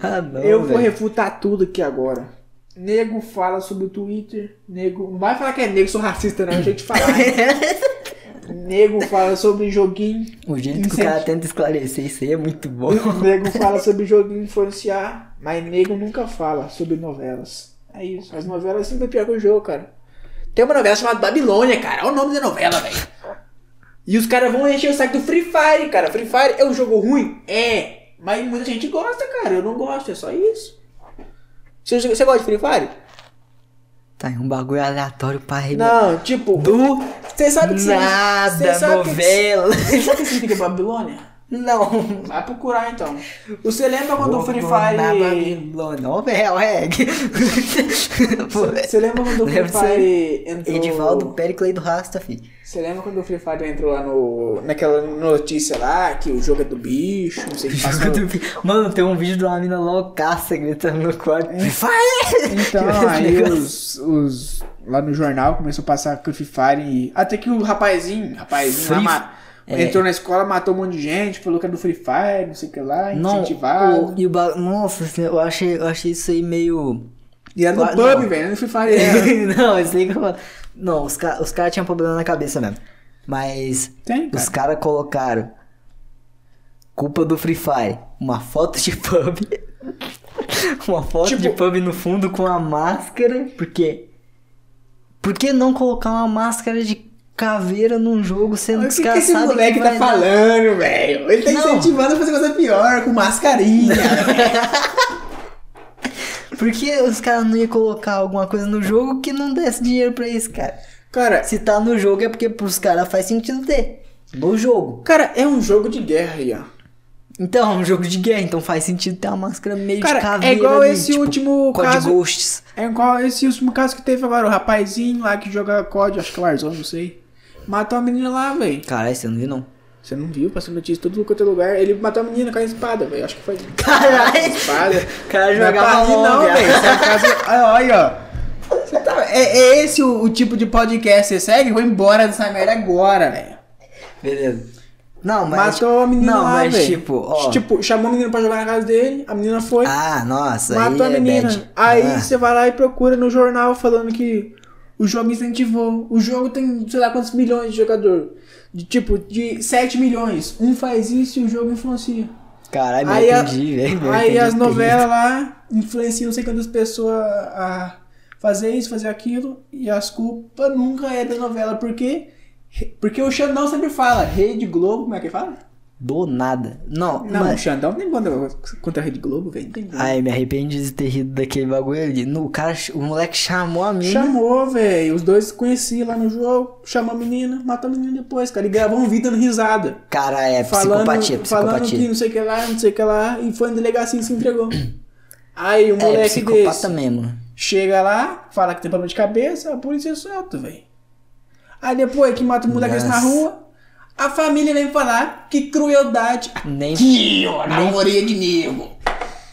ah, não.
Eu vou
velho.
refutar tudo aqui agora. Nego fala sobre o Twitter. Nego. Não vai falar que é nego, sou racista, não. Deixa eu te falar. hein? nego fala sobre joguinho.
O jeito que o cara tenta esclarecer isso aí é muito bom.
Nego fala sobre joguinho influenciar. Mas nego nunca fala sobre novelas. É isso. As novelas sempre é pior que o jogo, cara. Tem uma novela chamada Babilônia, cara. Olha o nome da novela, velho. E os caras vão encher o saco do Free Fire, cara. Free Fire é um jogo ruim? É. Mas muita gente gosta, cara. Eu não gosto, é só isso. Você, você gosta de Free Fire?
Tá, é um bagulho aleatório pra arrebentar.
Não, tipo.
Do
Você sabe o que significa-
nada,
você sabe o que-
novela.
Você sabe o que significa Babilônia?
Não.
Vai procurar então. Você lembra quando o Free
Na
Fire.
Babilônia. Novela, é. Pô, velho.
Você lembra quando o Free
Lembro sim.
Fire entrou.
Edivaldo Pericles do Rasta, filho.
Você lembra quando o Free Fire entrou lá no. naquela notícia lá que o jogo é do bicho, não sei o que passou.
Mano, tem um vídeo de uma mina loucaça gritando no quarto. Free Fire!
Então, aí os, os lá no jornal, começou a passar Free Fire e. Até que o rapazinho, rapazinho, lá,
Free-
ma-
é.
entrou na escola, matou um monte de gente, falou que era do Free Fire, não sei o que lá,
Não, o,
incentivado.
e o ba... Nossa, senhora, eu achei, eu achei isso aí meio.
E era no
Ah,
pub,
não. É.
velho, era no Free Fire. era.
não, isso aí que eu falo. Não, os, ca... os caras tinham problema na cabeça mesmo. Mas
Tem, cara.
os caras colocaram culpa do Free Fire, uma foto de pub. uma foto
Tipo-
de pub no fundo com a máscara, porque. Por que não colocar uma máscara de caveira num jogo sendo
Mas
que os
O que, que
caras
esse
sabem
moleque
que
tá
vai dar-
falando, velho? Ele tá
Não.
incentivando a fazer coisa pior, com mascarinha.
Por que os caras não iam colocar alguma coisa no jogo que não desse dinheiro pra esse cara?
cara,
Se tá no jogo é porque pros caras faz sentido ter. No jogo.
cara, é um jogo de guerra, Ian.
Então, é um jogo de guerra, então faz sentido ter uma máscara meio
Cara, é
de caveira.
igual
ali,
esse
tipo,
último
COD
caso-
Ghosts.
É igual esse último caso que teve agora, o rapazinho lá que joga COD, acho que é Warzone, não sei. Matou a menina lá, velho.
Caralho, você não viu não.
Você não viu? Passou notícia em todo quanto é lugar. Ele matou a menina com a espada, velho. Acho que foi.
Caralho!
Espada.
O cara jogava
Não é pra rir,
LOL,
não,
viado.
velho. Isso é um caso- Ah, Olha, ó. Você tá- É, é esse o, o tipo de podcast que você segue? Eu Vou embora dessa merda agora, velho.
Beleza. Não, mas...
Matou a menina
Não,
lá,
mas
velho.
tipo, ó...
Tipo, chamou a menina pra jogar na casa dele, a menina foi.
Ah, nossa,
Matou a
aí é
menina.
bad.
Aí
Ah.
você vai lá e procura no jornal falando que o jogo incentivou. O jogo tem sei lá quantos milhões de jogador. De tipo, de 7 milhões. Um faz isso e o jogo influencia.
Caralho, É, mas
aí
eu
a-
entendi, velho. eu
aí
entendi
as
o texto.
novelas lá influenciam não sei quantas pessoas a fazer isso, fazer aquilo. E as culpas nunca é da novela. Por quê? Porque o Xandão sempre fala, Rede Globo, como é que fala?
Do nada. Não,
Não,
mas-
o Xandão tem contra, contra a Rede Globo, velho. Não tem como.
Ai, me arrependi de ter rido daquele bagulho ali. No, o cara, o moleque chamou a mina.
Chamou, velho. Os dois se conheciam lá no jogo. Chamou a menina, matou a menina depois, cara. E gravou um vídeo dando risada.
Cara, é
Falando,
psicopatia,
falando que
psicopatia.
não sei o que lá, não sei o que lá. E foi na delegacia e se entregou. Aí o
É,
moleque
psicopata
desse
mesmo.
chega lá, fala que tem problema de cabeça, a polícia solta, velho. Aí depois que mata o moleque desse na
Nossa.
rua, a família vem falar que crueldade.
Nem
Aqui, ó,
né,
na orelha de nego.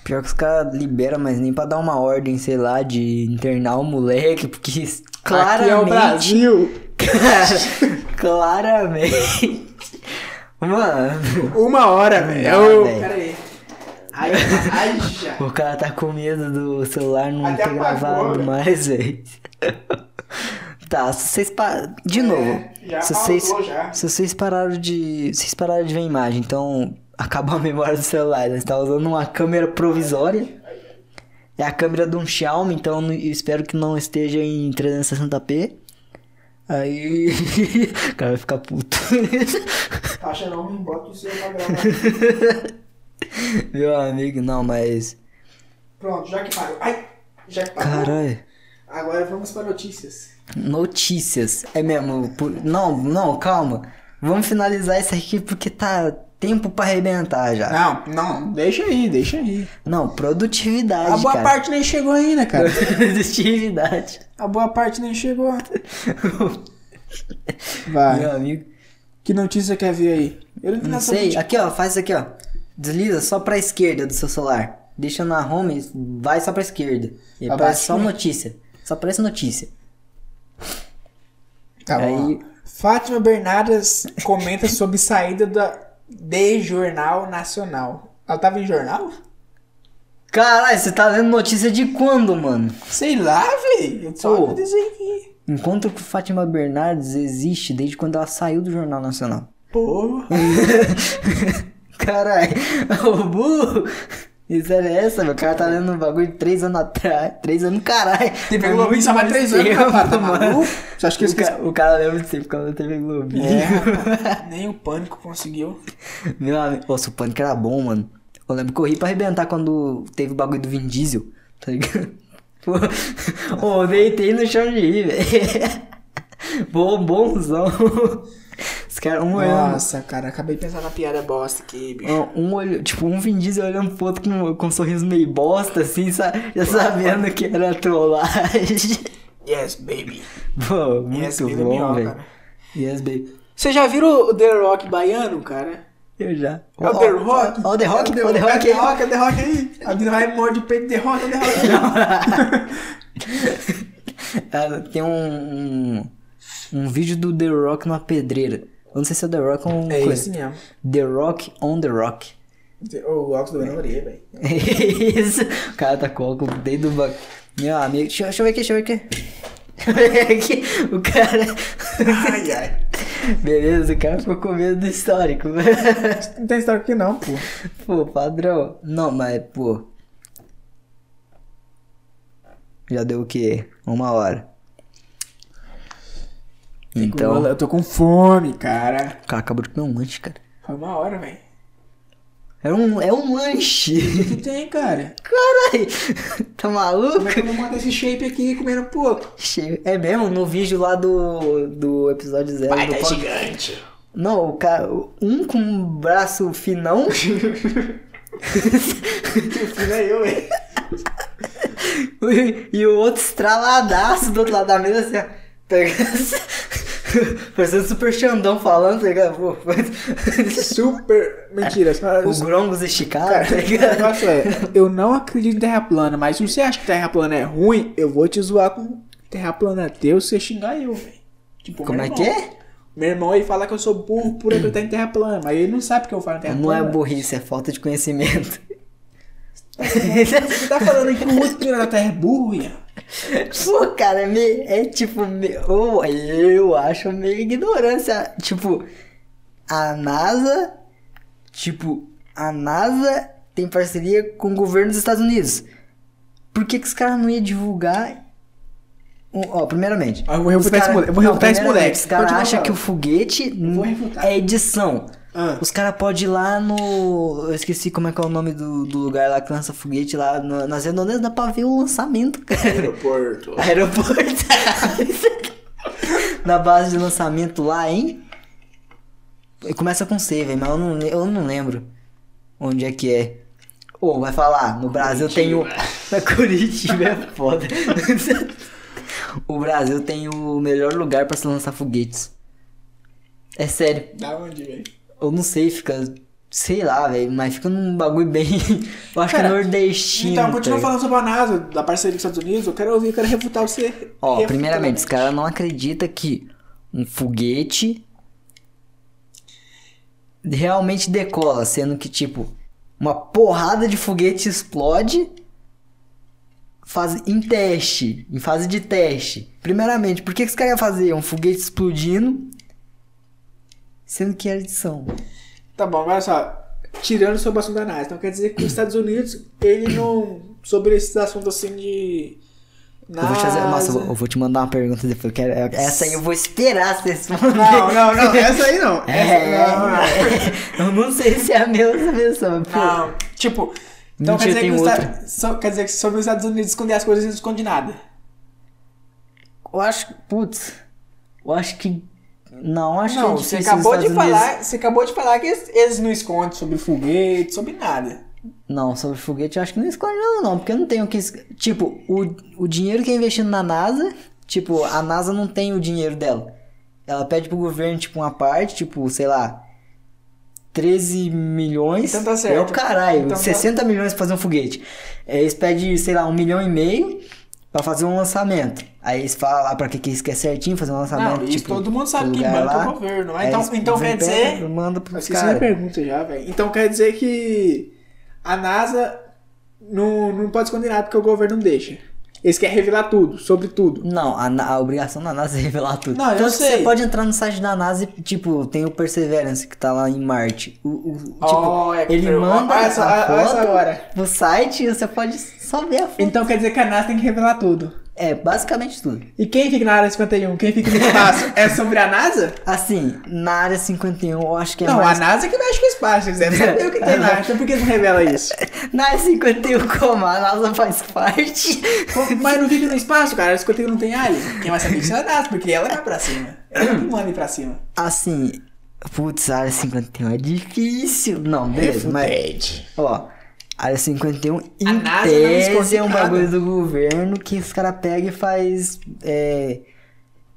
pior que os caras liberam, mas nem pra dar uma ordem, sei lá, de internar o moleque, porque
Aqui é o
claramente,
Brasil.
cara, claramente. Mano,
Uma hora, velho.
dá,
Eu-
velho.
Pera aí. Ai, ai, já.
o cara tá com medo do celular não
Até
ter gravado
apagou, né?
mais, velho. Tá, se vocês pa... De novo.
É, já
se, vocês,
pausou, já.
se vocês pararam de. Vocês pararam de ver a imagem, então acabou a memória do celular. Você tá usando uma câmera provisória. É a câmera de um Xiaomi, então eu espero que não esteja em 360p. Aí. O cara vai ficar puto.
Taxa não me bota o seu pra gravar.
Meu amigo, não, mas.
Pronto, já que parou. Ai, já que parou.
Caralho.
Agora vamos para notícias.
Notícias. É mesmo. por- Não, não, calma. Vamos finalizar isso aqui porque tá tempo pra arrebentar já.
Não, não, deixa aí, deixa aí.
Não, produtividade.
A boa
cara.
parte nem chegou ainda, cara.
produtividade.
A boa parte nem chegou. Vai.
Meu amigo.
Que notícia você quer ver aí? Eu não vi
Não
nessa
sei.
notícia.
Aqui, ó, faz isso aqui, ó. Desliza só pra esquerda do seu celular. Deixa na home, vai só pra esquerda. E
Abaixo,
aparece só
né?
notícia. Só aparece notícia.
Tá bom. Fátima Bernardes comenta sobre saída da de Jornal Nacional. Ela tava em jornal?
Caralho, você tá lendo notícia de quando, mano?
Sei lá, velho. Eu só
Pô.
vou dizer aqui.
Encontro com Fátima Bernardes existe desde quando ela saiu do Jornal Nacional.
Porra.
Caralho, o burro. Isso era essa, meu. O cara tá lendo um bagulho de 3 anos atrás. 3 anos, caralho.
Tem pegou o vídeo há três anos,
Tempo,
rapaz. Tá
mano.
maluco? Você acha que
O
esse
cara, o cara lembra de você por causa da TV Globo.
É, nem o pânico conseguiu.
Meu amigo, nossa, o pânico era bom, mano. Eu lembro que eu ri pra arrebentar quando teve o bagulho do Vin Diesel, tá ligado? Pô, ô, eu deitei no chão de rir, velho. Bom, bonzão. Os caras, um olhando.
Nossa, cara, acabei de pensar na piada bosta aqui, bicho.
Um olho, tipo, um Vin Diesel olhando pro outro com, com um sorriso meio bosta, assim, sa- já sabendo que era trollagem.
Yes, baby.
Pô, muito
Yes, baby é
bom,
pior,
velho.
cara.
Yes, baby.
Vocês já viram o The Rock baiano, cara?
Eu já.
É o The Rock?
Ó, ó, The Rock,
É
ó, The
é
Rock.
The Rock, é The Rock aí. A menina vai morrer de peito, The Rock, é The Rock.
Ah, Tem um, um. um vídeo do The Rock numa pedreira. Eu não sei se é o The Rock ou um.
É
coisa.
esse mesmo.
The Rock on The Rock.
O óculos do Venom Orelha, velho.
É Isso. O cara tá com o óculos dentro do banco. Meu amigo. Deixa, eu- deixa eu ver aqui, deixa eu ver aqui. Deixa eu ver aqui. O cara.
Ai, ai.
Beleza, o cara ficou com medo do histórico.
Não tem história aqui não, pô.
pô, padrão. Não, mas, pô. Já deu o quê? Uma hora. Então.
Eu tô com fome, cara.
O cara acabou de comer um lanche, cara.
Foi uma hora, velho.
É um, é um lanche.
que tem, cara?
Caralho. Tá
Como é que
maluco?
eu vou manter esse shape aqui comendo pouco?
Chega- É mesmo? No vídeo lá do, do episódio zero. do pod-
tá gigante.
Não, o cara. Um com um braço finão.
Que fino é eu, velho.
E o outro estraladaço do outro lado da mesa, assim, ó. Tá ligado? Parecendo super Xandão falando, tá ligado? Pô, mas-
Super. Mentira, senhora.
O Grongos esticado,
Cara,
tá
o
ligado?
negócio é, eu não acredito em terra plana, mas se você acha que terra plana é ruim, eu vou te zoar com terra plana teu se você xingar eu, velho. Tipo,
Como
meu
é que
irmão.
é?
Meu irmão, ele fala que eu sou burro por acreditar em terra plana, mas ele não sabe que eu falo em terra
Não é
plana.
burrice, é falta de conhecimento. É
Você tá falando que o outro tira da terra é burro, Ian?
Pô, cara, é, meio, é tipo, meio, eu- eu acho meio ignorância. Tipo, a NASA, tipo, a NASA tem parceria com o governo dos Estados Unidos. Por que que os caras não iam divulgar? Um- Ó, primeiramente.
Ah, eu vou refutar
os
esse moleque, eu vou
não,
refutar esse
primeiramente,
moleque.
Os caras
Continua
acham
falando.
que o foguete
vou
n-
refutar.
é edição.
Ah.
Os caras podem ir lá no. Eu esqueci como é que é o nome do, do lugar lá que lança foguete lá na- nas redondezas, dá pra ver o lançamento, cara.
Aeroporto.
Aeroporto. Na base de lançamento lá, hein? Começa com C, velho, mas eu não, eu não lembro onde é que é. Ô, vai falar, no Brasil tem o. Na Curitiba é foda. o Brasil tem o melhor lugar pra se lançar foguetes. É sério.
Da onde, velho?
Eu não sei, fica. Sei lá, velho, mas fica num bagulho bem. Eu acho
Cara,
que é nordestino.
Então,
tá
continua
ligado?
falando sobre a NASA, da parceria dos Estados Unidos, eu quero ouvir, eu quero refutar você.
Ó,
Refuta,
primeiramente, os
velho.
caras não acreditam que um foguete realmente decola, sendo que, tipo, uma porrada de foguete explode faz, em teste, em fase de teste. Primeiramente, por que, que os caras iam fazer um foguete explodindo, sendo que era edição?
Tá bom, agora só. Tirando sobre o assunto da NASA, então quer dizer que os Estados Unidos, ele não. Sobre esses assuntos assim de.
Eu
NASA.
vou te fazer, nossa, eu vou- eu vou te mandar uma pergunta depois. eu Quero, eu- essa aí eu vou esperar você responder.
Não, é não, não, essa aí não. Essa, não,
É, eu não sei se é a mesma pessoa, pô.
não. Não, Tipo,
Mentira,
então quer dizer, que
Um tem
os
outra.
Estados- so- quer dizer que sobre os Estados Unidos esconder as coisas, eles não escondem nada.
Eu acho que, putz, eu acho que. Não, acho que.
Não,
é
você
difícil
acabou
nos
de
Estados
falar,
Unidos-
você acabou de falar que eles, eles não escondem sobre foguete, sobre nada.
Não, sobre foguete eu acho que não escolhe, não, não, porque eu não tenho o que. es- Tipo, o, o dinheiro que é investido na NASA, tipo, a NASA não tem o dinheiro dela. Ela pede pro governo, tipo, uma parte, tipo, sei lá. 13 milhões.
Então tá certo.
É o caralho,
Então tá-
60 milhões pra fazer um foguete. É, Eles pedem, sei lá, um milhão e meio pra fazer um lançamento. Aí eles falam lá pra que, que eles querem certinho fazer um lançamento.
Não, isso
tipo,
todo mundo sabe
pro
que
lugar
banca
lá.
é o governo. Mas
Aí
então,
eles
então quer
vem,
dizer.
pega, manda
Eu
pros
esqueci
caras.
minha pergunta já, velho. Então quer dizer que a NASA não, não pode esconder nada porque o governo não deixa. Eles querem revelar tudo, sobre tudo.
Não, a, na- a obrigação da NASA é revelar tudo.
Não, eu
Tanto que
sei.
você pode entrar no site da NASA e, tipo, tem o Perseverance que tá lá em Marte. O, o- tipo,
Oh, é que
ele
foi-
manda
olha essa-
a
olha
foto
essa hora.
no site e você pode só ver a foto.
Então quer dizer que a NASA tem que revelar tudo.
É, basicamente tudo.
E quem fica na área 51? Quem fica no espaço? é sobre a NASA?
Assim, na área 51, eu acho que é
não,
mais...
a NASA que mexe com o espaço, eles devem saber o que tem lá. Então por que não revela isso?
Na área 51, como a NASA faz parte...
Pô, Mas não fica no espaço, cara. A área 51 não tem alien. Quem vai saber disso é a NASA, porque ela vai pra cima. Ela é que manda ir pra cima.
Assim, putz, a área 51 é difícil. Não,
É,
beleza, mas... Ó, área 51
A
em
NASA não
tese
esconde
é um
nada.
bagulho do governo que os caras pegam e faz é,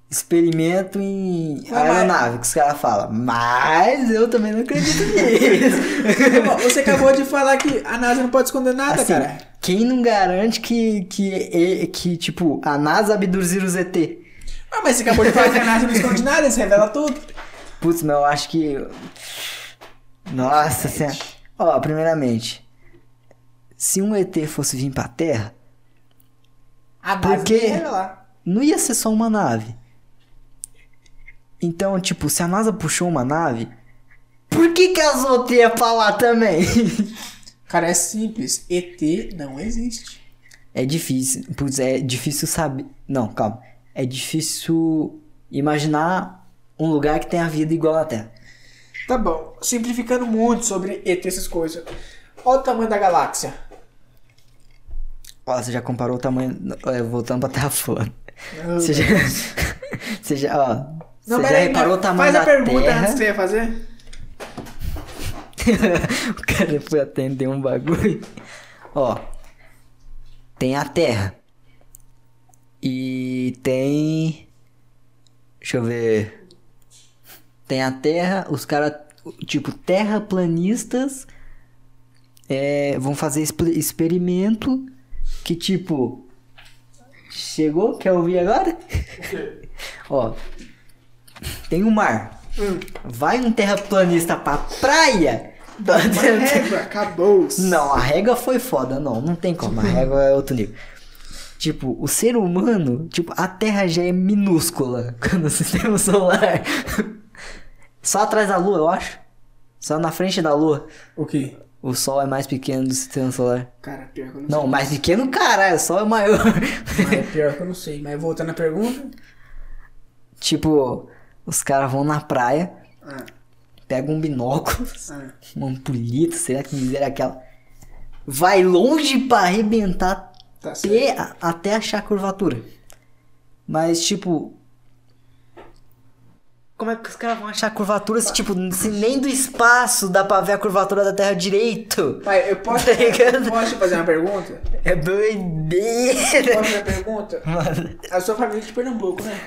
experimento em
Ué,
aeronave, que os caras falam. Mas eu também não acredito nisso.
Tá Você acabou de falar que a NASA não pode esconder nada,
Assim,
cara.
Quem não garante que, que, e- que tipo, a NASA abduzir os ET?
Ah, mas você acabou de falar que a NASA não esconde nada, você revela tudo.
Putz, mas eu acho que. Nossa senhora. Ó, primeiramente, se um ET fosse vir pra Terra,
A
Por
NASA
quê?
tem que revelar.
não ia ser só uma nave. Então, tipo, se a NASA puxou uma nave, por que, que as outras iam pra lá também?
Cara, é simples. ET não existe.
É difícil. Putz, é difícil saber. Não, calma. É difícil imaginar um lugar que tenha vida igual à Terra.
Tá bom. Simplificando muito sobre ET essas coisas. Olha o tamanho da galáxia.
Ó, você já comparou o tamanho. é, Voltando pra Terra fora.
Não,
Você já. Você já, ó. você já
peraí,
reparou o
mas
tamanho
Faz a
da
pergunta
Terra?
antes que você ia fazer.
o cara foi atender um bagulho. Ó. Tem a Terra. E tem. Deixa eu ver. Tem a Terra, os caras. Tipo, terraplanistas. É, vão fazer exper- experimento. Que tipo. Chegou? Quer ouvir agora? Ó. Tem o mar.
Hum.
Vai um terraplanista pra praia?
Uma régua, acabou.
Não, a régua foi foda, não, não tem como, a régua é outro nível. Tipo, o ser humano, tipo, a Terra já é minúscula quando o sistema solar. Só atrás da Lua, eu acho. Só na frente da Lua,
O quê?
o Sol é mais pequeno do sistema solar.
Cara, pior que eu não,
Não, mais pequeno, caralho, o Sol é maior.
sei. Mas é pior que eu não sei. Mas voltando à pergunta.
tipo, os caras vão na praia,
Ah,
pegam um binóculo,
ah.
uma ampulheta, será que miséria é aquela? Vai longe pra arrebentar
Tá certo.
até, a- até achar a curvatura. Mas, tipo. Como é que os caras vão achar a curvatura se, tipo, se nem do espaço dá pra ver a curvatura da Terra direito?
Pai, eu posso,
Tá ligado?
posso te fazer uma pergunta?
É doideira!
Posso fazer uma pergunta?
Mano,
A sua família é de Pernambuco, né?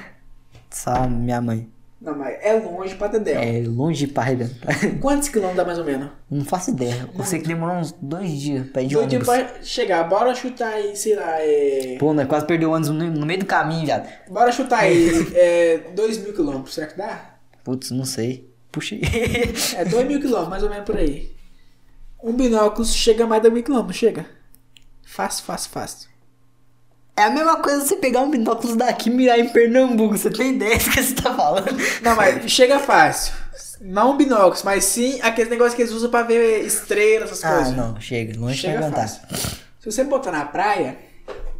Só minha mãe.
Não, mas é longe pra Dedéu.
É longe pra arrebentar.
Quantos quilômetros dá mais ou menos?
Não faço ideia. Eu sei que demorou uns dois dias pra ir de
Dois
ônibus.
dias pra tipo, chegar. Bora chutar aí, sei lá, é...
Pô, nós quase perdeu o ônibus no, no meio do caminho, viado.
Bora chutar aí, é... 2 mil quilômetros, será que dá?
Putz, não sei. Puxei.
É 2 mil quilômetros, mais ou menos por aí. Um binóculo chega mais de mil quilômetros, chega. Fácil, fácil, fácil.
É a mesma coisa você pegar um binóculo daqui e mirar em Pernambuco. Você tem ideia do que você tá falando?
Não, mas chega fácil. Não um binóculo, mas sim aqueles negócios que eles usam pra ver estrelas, essas
Ah,
coisas.
não, chega. Longe
Chega
pra aguentar.
fácil. Se você botar na praia,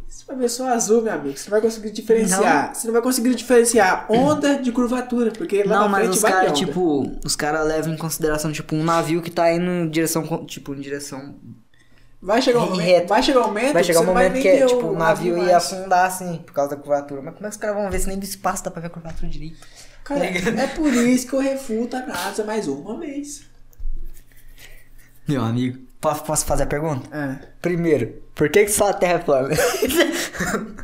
você vai ver só azul, meu amigo. Você não vai conseguir diferenciar. Você não vai conseguir diferenciar onda de curvatura, porque lá
Não,
na
mas
frente
os
vai ter
caras,
onda.
tipo, os caras levam em consideração, tipo, um navio que tá indo em direção, con- tipo, em direção...
Vai chegar um
em
momento,
reto.
vai chegar um momento,
Vai chegar um
você não vai
momento
nem
que, é,
ver
tipo, o navio ia
mais.
afundar, assim, por causa da curvatura. Mas como é que os caras vão ver se nem do espaço dá pra ver a curvatura direito? Tá
Cara, é por isso que eu refuto a NASA mais uma vez.
Meu amigo, posso, posso fazer a pergunta?
É.
Primeiro, por que que só a Terra é plana?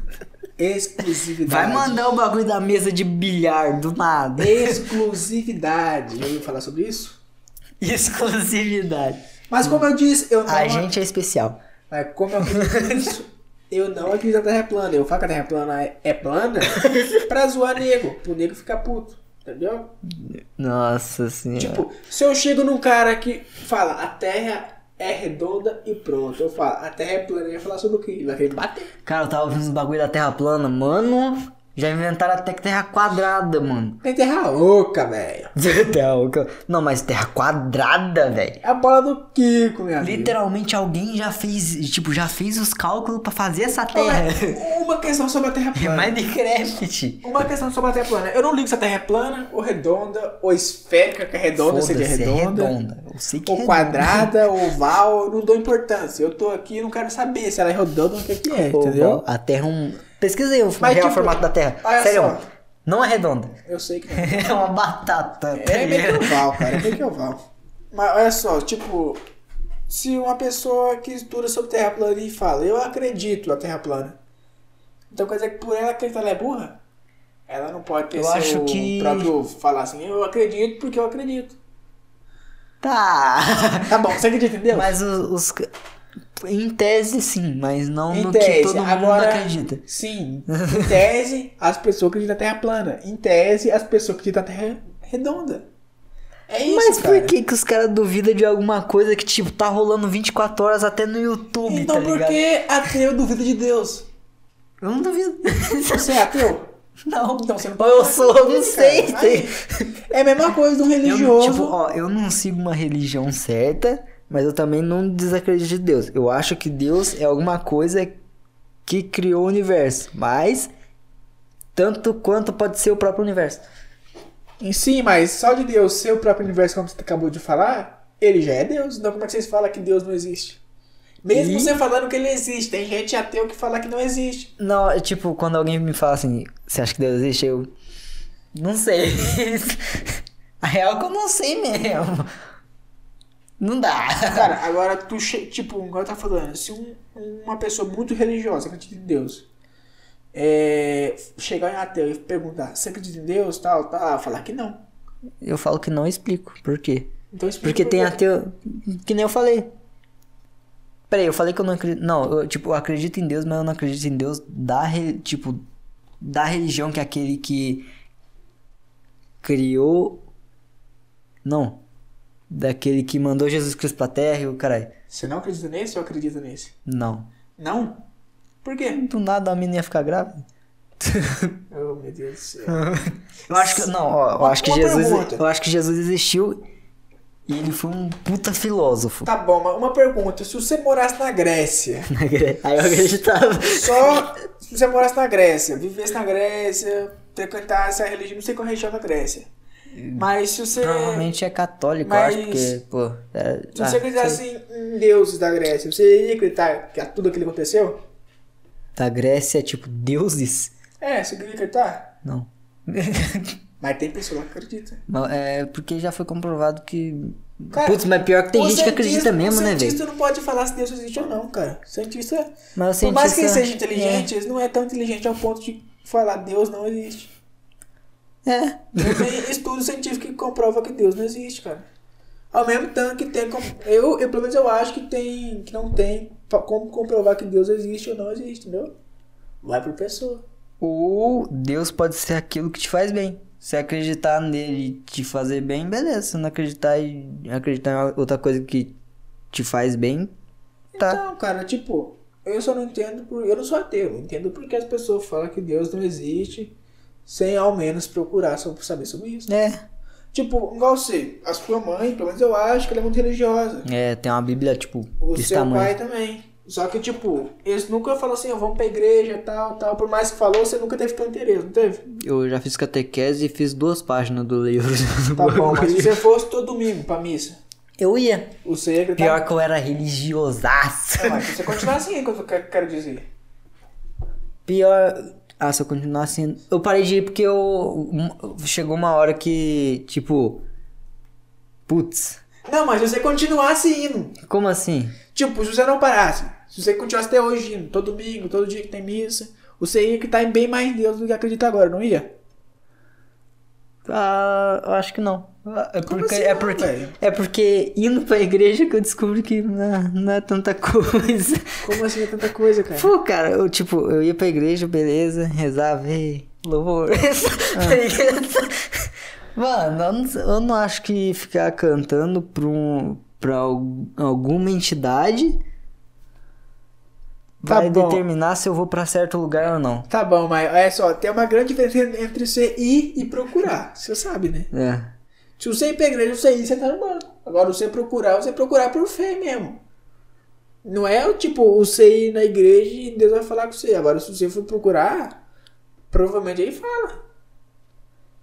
Vai
Exclusividade.
mandar o bagulho da mesa de bilhar, do nada.
Exclusividade. Já ouviu falar sobre isso?
Exclusividade.
Mas como eu disse, eu não...
A gente é especial.
Mas como eu acredito nisso, eu não acredito na Terra plana. Eu falo que a Terra plana é- é plana pra zoar nego, pro nego ficar puto. Entendeu?
Nossa senhora.
Tipo, se eu chego num cara que fala a Terra é redonda e pronto, eu falo a Terra é plana, ele vai falar sobre o quê? Ele vai querer me bater.
Cara, eu tava ouvindo os bagulho da Terra plana, mano. Já inventaram até que Terra quadrada, mano.
Tem Terra oca, velho.
Terra oca. Não, mas Terra quadrada, velho.
É a bola do Kiko, minha amiga.
Literalmente alguém já fez, tipo, já fez os cálculos pra fazer essa Terra.
Mas Uma questão sobre a Terra
É
plana.
Minecraft.
Uma questão sobre a Terra plana. Eu não ligo se a Terra é plana ou redonda ou esférica, que é redonda,
Foda-se,
seria redonda.
É redonda. Eu sei que é
ou
redonda.
um quadrada, ou oval, eu não dou importância. Eu tô aqui e não quero saber se ela é redonda ou o que que é,
Ou
entendeu?
A Terra é um... Pesquisa aí o
Mas,
real
tipo,
formato da Terra.
olha
Sério,
só.
não é redonda.
Eu sei que não.
É uma batata. tá
É meio
ligado?
que oval, cara, é meio que oval. Mas olha só, tipo, se uma pessoa que estuda sobre terra plana e fala, eu acredito na terra plana, então quer dizer que por ela acreditar ela é burra? Ela não pode ter
Eu
seu
acho que-
próprio falar assim, eu acredito porque eu acredito.
Tá.
Tá bom, você acredita, entendeu?
Mas Tá. os, os ca- Em tese, sim, mas não
Em
no que
tese,
todo mundo
agora- é
acredita.
Sim, em tese, as pessoas acreditam na Terra plana. Em tese, as pessoas acreditam na Terra redonda. É isso,
Mas
cara.
por que, que os caras duvidam de alguma coisa que, tipo, tá rolando 24 horas até no YouTube,
Então
tá
por
ligado?
que ateu duvida de Deus?
Eu não duvido.
Você é ateu?
não.
Então você não
Ou eu sou, eu não
Cara,
sei.
aí, É a mesma coisa de um
Eu,
religioso.
não- tipo, ó, eu não sigo uma religião certa, mas eu também não desacredito de Deus. Eu acho que Deus é alguma coisa que criou o universo, mas tanto quanto pode ser o próprio universo.
Em si, mas só de Deus ser o próprio universo, como você acabou de falar, ele já é Deus. Então como é que vocês falam que Deus não existe? Mesmo
E-
você falando que ele existe, tem gente ateu que fala que não existe.
Não, é tipo, quando alguém me fala assim, você acha que Deus existe? Eu. Não sei. A real é que eu não sei mesmo. Não dá.
Cara, agora tu, che- tipo, agora tá falando, se um- uma pessoa muito religiosa acredita em Deus, é, chegar em ateu e perguntar, você acredita em Deus, tal, tal, ah, falar que não.
Eu falo que não explico. Por quê?
Então explica
Porque
por
tem
quê.
ateu. Que nem eu falei. Peraí, eu falei que eu não acredito. Não, eu, tipo, eu acredito em Deus, mas eu não acredito em Deus da, re- tipo, da religião que é aquele que criou. Não. Daquele que mandou Jesus Cristo pra terra e o caralho.
Você não acredita nesse ou acredita nesse?
Não.
Não? Por quê?
Do nada a mina ia ficar grávida.
Oh, meu Deus do céu.
Eu acho que. Não, ó, eu acho que
Uma
Jesus.
pergunta.
Eu acho que Jesus existiu e ele foi um puta filósofo.
Tá bom, mas uma pergunta. Se você morasse na Grécia,
Aí eu acreditava.
só se você morasse na Grécia, vivesse na Grécia, frequentasse a religião, não sei qual religião da Grécia. Mas se você.
Hum. Provavelmente é católico,
Mas-
eu acho, porque, pô. É,
Se
ah,
você acreditasse em em deuses da Grécia, você iria acreditar que é tudo aquilo aconteceu?
Da Grécia é tipo deuses?
É, você iria acreditar?
Não.
Mas tem pessoa que acredita.
Mas é porque já foi comprovado que.
Cara,
Putz, mas pior que tem gente que acredita mesmo, né,
O
velho?
cientista não pode falar se Deus existe ou não, cara. O cientista.
Mas o
Por mais que ele
cientista-
seja inteligente, ele não é tão inteligente ao ponto de falar Deus não existe.
É.
Tem estudo científico que comprova que Deus não existe, cara. Ao mesmo tempo que tem. com- Eu, eu, pelo menos, eu acho que tem. Que não tem fa- como comprovar que Deus existe ou não existe, entendeu? Vai por pessoa.
Ou Deus pode ser aquilo que te faz bem. Se acreditar nele e te fazer bem, beleza. Se não acreditar e acreditar em outra coisa que te faz bem, tá.
Então, cara, tipo, eu só não entendo por. Eu não sou ateu, eu entendo porque as pessoas falam que Deus não existe sem ao menos procurar sobre, saber sobre isso.
É.
Tipo, igual você, a sua mãe, pelo menos eu acho que ela é muito religiosa.
É, tem uma Bíblia, tipo,
O
desse
seu
tamanho.
pai também. Só que, tipo, eles nunca falam assim, ó, vamos pra igreja, tal, tal. Por mais que falou, você nunca teve tanto interesse, não teve?
Eu já fiz catequese e fiz duas páginas do livro.
Tá bom, mas se você fosse todo domingo pra missa,
Eu ia.
você ia gritar...
Pior que eu era religiosaço.
Não, mas se você continuar assim, é o que eu que- quero dizer.
Pior. Ah, se eu continuar assim. Eu parei de ir porque eu. um- Chegou uma hora que, tipo. Putz.
Não, mas se você continuasse indo,
Como assim?
tipo, se você não parasse, se você continuasse até hoje indo, todo domingo, todo dia que tem missa, você ia que tá em bem mais em Deus do que acredita agora, não ia?
Ah, eu acho que não. Ah, É porque,
assim
é,
não,
porque,
velho?
é porque indo pra igreja que eu descubro que não, não é tanta coisa.
Como assim é tanta coisa, cara?
Pô, cara, eu tipo, eu ia pra igreja, beleza, rezava, ei, louvor. Tá ligado? Mano, eu não, eu não acho que ficar cantando pra, um, pra al- alguma entidade
Tá
vai
bom.
determinar se eu vou pra certo lugar ou não.
Tá bom, mas olha só, tem uma grande diferença entre você ir e procurar. Você sabe, né?
É.
Se você ir pra igreja, você ir, você tá no banco. Agora, você procurar, você procurar por fé mesmo. Não é o tipo, você ir na igreja e Deus vai falar com você. Agora, se você for procurar, provavelmente ele fala.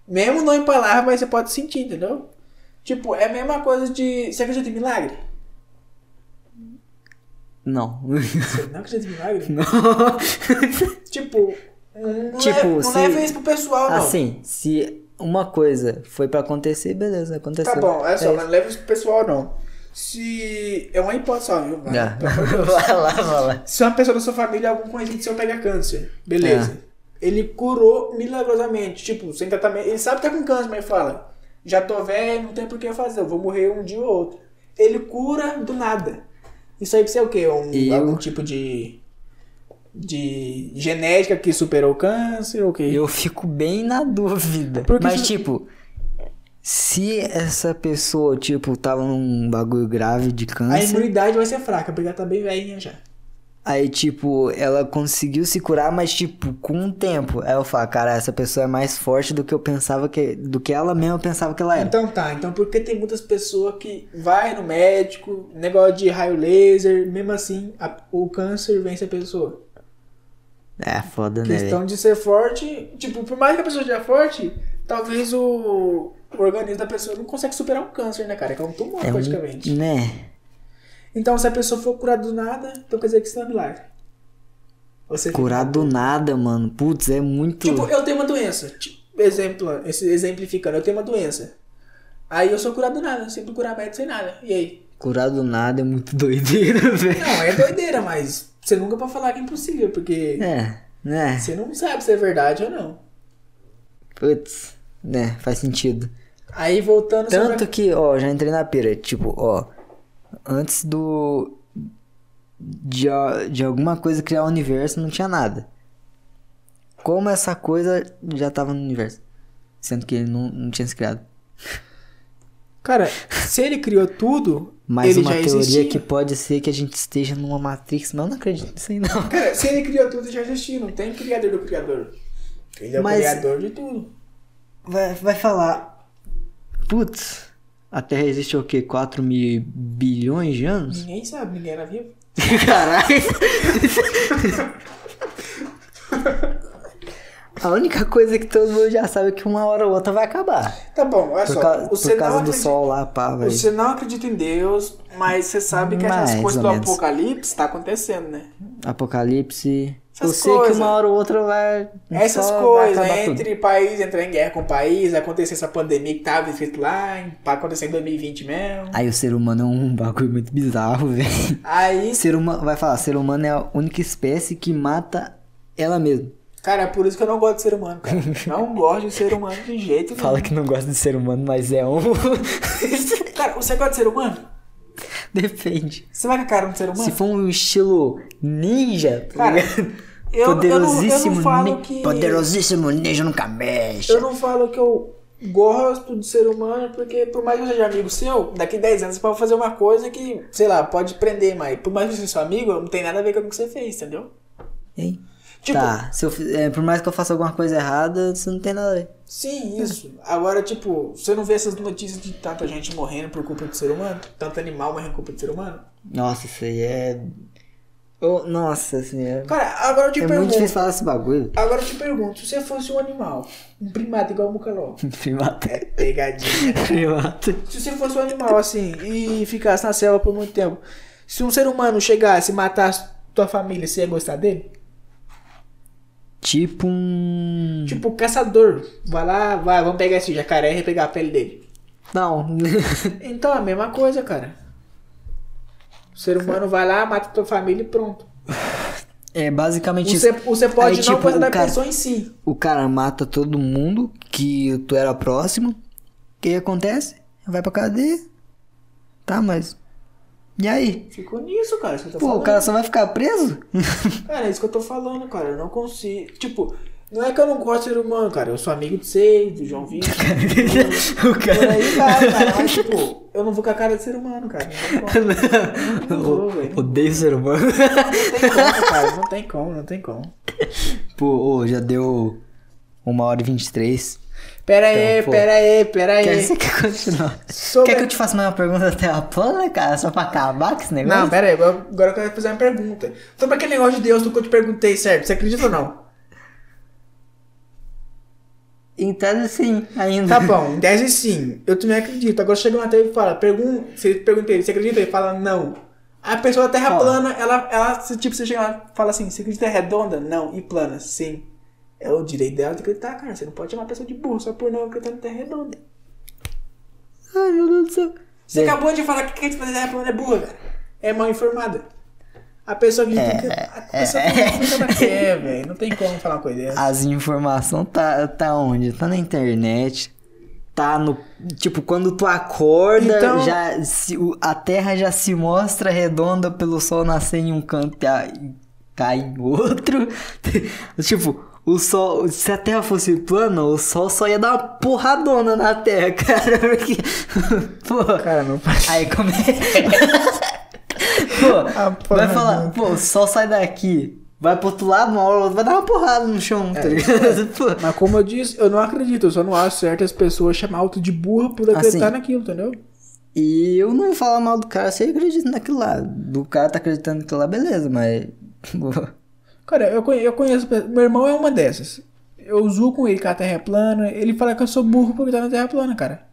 Mesmo não em palavras, mas você pode sentir, entendeu? Tipo, é a mesma coisa de. Você acredita em milagre?
Não.
Você não acredita em milagre?
não.
Tipo, não,
Tipo,
leva, não
se-
leva isso pro pessoal, não.
Assim, se uma coisa foi pra acontecer, beleza, aconteceu.
Tá bom, olha só,
É
mas não leva isso pro pessoal, não. Se. É uma hipótese, só, viu?
isso.
Pelo amor de
É.
Deus.
Vai lá, vai lá.
Se uma pessoa da sua família, algum conhecido seu pega câncer, beleza.
É.
Ele curou milagrosamente, tipo, sem tratamento. Ele sabe que tá com câncer, mas ele fala: já tô velho, não tem por que fazer, eu vou morrer um dia ou outro. Ele cura do nada. Isso aí pra você é o quê? Um,
Eu-
Algum tipo de. de genética que superou o câncer ou o quê?
Eu fico bem na dúvida.
Porque
Mas,
se-
tipo, se essa pessoa, tipo, tava num bagulho grave de
A
câncer, aí,
imunidade vai ser fraca, porque ela tá bem velhinha já.
tipo, ela conseguiu se curar, mas, tipo, com o tempo. Aí eu falo, cara, essa pessoa é mais forte do que eu pensava que. do que ela mesma pensava que ela era.
Então tá, então porque tem muitas pessoas que vai no médico, negócio de raio laser, mesmo assim a- o câncer vence a pessoa.
É, foda, né? velho?
Então, Questão de ser forte, tipo, por mais que a pessoa seja forte, talvez o, o organismo da pessoa não consegue superar um câncer, né, cara? Que é um tumor
É
praticamente.
um, né?
Então se a pessoa for curada do nada, então quer dizer que isso não é milagre. Você
Curar do nada, mano. Putz, é muito.
Tipo, eu tenho uma doença. Tipo, exemplo, esse- exemplificando, eu tenho uma doença. Aí eu sou curado do nada, sempre curar médico sem nada. E aí?
Curar do nada é muito doideira, velho.
Não, é doideira, mas você nunca pode falar que é impossível, porque
É, né?
você não sabe se é verdade ou não.
Putz, né? Faz sentido.
Aí voltando sobre
Tanto
a-
que, ó, já entrei na pira. Tipo, ó, antes do. De, a- de alguma coisa criar o universo, não tinha nada. Como essa coisa já tava no universo? Sendo que ele não, não tinha se criado.
Cara, se ele criou tudo,
Mais
ele
uma
já
teoria
existia.
que pode ser que a gente esteja numa Matrix, mas eu não acredito nisso aí, não.
Cara, se ele criou tudo, já existia. Não tem criador do criador. Ele é
Mas-
o criador de tudo.
Vai, vai falar. Putz, a Terra existe o quê? 4 mil bilhões de anos?
Ninguém sabe, ninguém era vivo.
Caralho. A única coisa que todo mundo já sabe é que uma hora ou outra vai acabar.
Tá bom, olha
Por,
só.
causa- por
você não
causa do
acredita-
sol lá, pá, velho.
Você não acredita em Deus, mas você sabe que essas
Mais ou
coisas do
menos.
apocalipse tá acontecendo, né?
Apocalipse.
Essas
eu sei
coisas.
que uma hora ou outra vai. um
Essas
sol
coisas, é né?
vai acabar tudo.
entre país, entrar em guerra com o país, acontecer essa pandemia que tava escrito lá, em- pra acontecer em 2020 mesmo.
Aí o ser humano é um bagulho muito bizarro, velho.
Aí,
Ser humano, vai falar, ser humano é a única espécie que mata ela mesma.
cara, é por isso que eu não gosto de ser humano, cara. Não gosto de ser humano de jeito nenhum.
Fala que não gosta de ser humano, mas é um.
Cara, você gosta de ser humano?
Depende.
Você vai com a cara de ser humano?
Se for um estilo ninja, tá
Cara,
ligado?
eu, eu, não, eu não falo
ni-
que.
Poderosíssimo ninja nunca mexe.
Eu não falo que eu gosto de ser humano, porque por mais que eu seja amigo seu, daqui 10 anos você pode fazer uma coisa que, sei lá, pode prender, mas por mais que eu seja seu amigo, não tem nada a ver com o que você fez, entendeu?
Hein?
Tipo,
tá, se eu fi- é, por mais que eu faça alguma coisa errada, isso não tem nada a ver.
Sim, isso. Agora, tipo, você não vê essas notícias de tanta gente morrendo por culpa do ser humano? Tanto animal morrendo por culpa do ser humano?
Nossa, isso aí é. Oh, nossa senhora.
Cara, agora eu te
É muito
pergunto.
difícil falar esse bagulho.
Agora eu te pergunto, se você fosse um animal, um primata igual o Mucaló.
Primata.
Pegadinha.
Primata.
se você fosse um animal assim e ficasse na selva por muito tempo, se um ser humano chegasse e matasse tua família, você ia gostar dele?
Tipo um.
Tipo, caçador. Vai lá, vai, vamos pegar esse jacaré e pegar a pele dele.
Não.
Então é a mesma coisa, cara. O ser humano vai lá, mata tua família e pronto.
é basicamente
Você,
isso.
você pode
Aí,
não
tipo,
gostar
o
da
cara-
pessoa em si.
O cara mata todo mundo que tu era próximo. O que acontece? Vai pra cadeia. Tá, mas. E aí?
Ficou nisso, cara. Isso que eu tô
Pô,
falando.
o cara só vai ficar preso?
Cara, é isso que eu tô falando, cara. Eu não consigo. Tipo, não é que eu não gosto de ser humano, cara. Eu sou amigo de vocês, do João Vitor.
o
Por
cara.
aí vai, cara. Mas, tipo, eu não vou com a cara de ser humano, cara. Não tem como. Não vou, velho. Não
Odeio ser humano.
tem como, cara. Não tem como, não tem como.
Então, Pô, ô, já deu uma hora e 23.
Pera aí,
Então, pô.
pera aí, pera aí.
Quer você quer continuar?
Sobre-
Quer que eu te faça mais uma pergunta até a plana, cara? Só pra acabar com esse negócio?
Não, pera aí, agora, agora eu quero fazer uma pergunta. Sobre aquele negócio de Deus do que eu te perguntei, certo? Você acredita ou não?
Então assim, ainda.
Tá bom, em 10 e sim, eu também acredito. Agora chega uma TV e fala, pergun você pergunta ele, você acredita? Ele fala, não. A pessoa da Terra
Fala.
plana, ela, ela, se, tipo, você chega lá e fala assim, você acredita em Terra redonda? Não. E plana? Sim. É o direito dela de acreditar, cara. Você não pode chamar a pessoa de burro só por não acreditar em Terra redonda.
Ai, meu Deus do céu.
Você acabou de falar que quem acredita na Terra plana é burra, cara. É mal informada. A pessoa que... a pessoa que não acredita na fé, velho. Não tem como falar uma coisa dessa.
As informações tá, tá onde? Tá na internet. tá no. Tipo, quando tu acorda,
Então-
já se- o- a terra já se mostra redonda pelo sol nascer em um canto e a- e cai em outro. tipo, o sol. Se a terra fosse plana, o sol só ia dar uma porradona na terra, cara. Porque. Porra.
Cara, não
Aí como é.
A
Pô,
porra
vai falar,
do-
pô, o sol sai daqui. Vai pro outro lado, uma hora ou outra, vai dar uma porrada no chão,
É.
tá ligado? Pô.
Mas como eu disse, eu não acredito, eu só não acho certo as pessoas chamar outro de burra por acreditar
Assim.
naquilo, entendeu?
E eu não vou falar mal do cara se ele acredita naquilo lá. Do cara tá acreditando naquilo lá, beleza, mas. pô,
Cara, eu, conhe- eu conheço. pe- Meu irmão é uma dessas. Eu zoo com ele que a terra é plana. Ele fala que eu sou burro porque tá na terra plana, cara.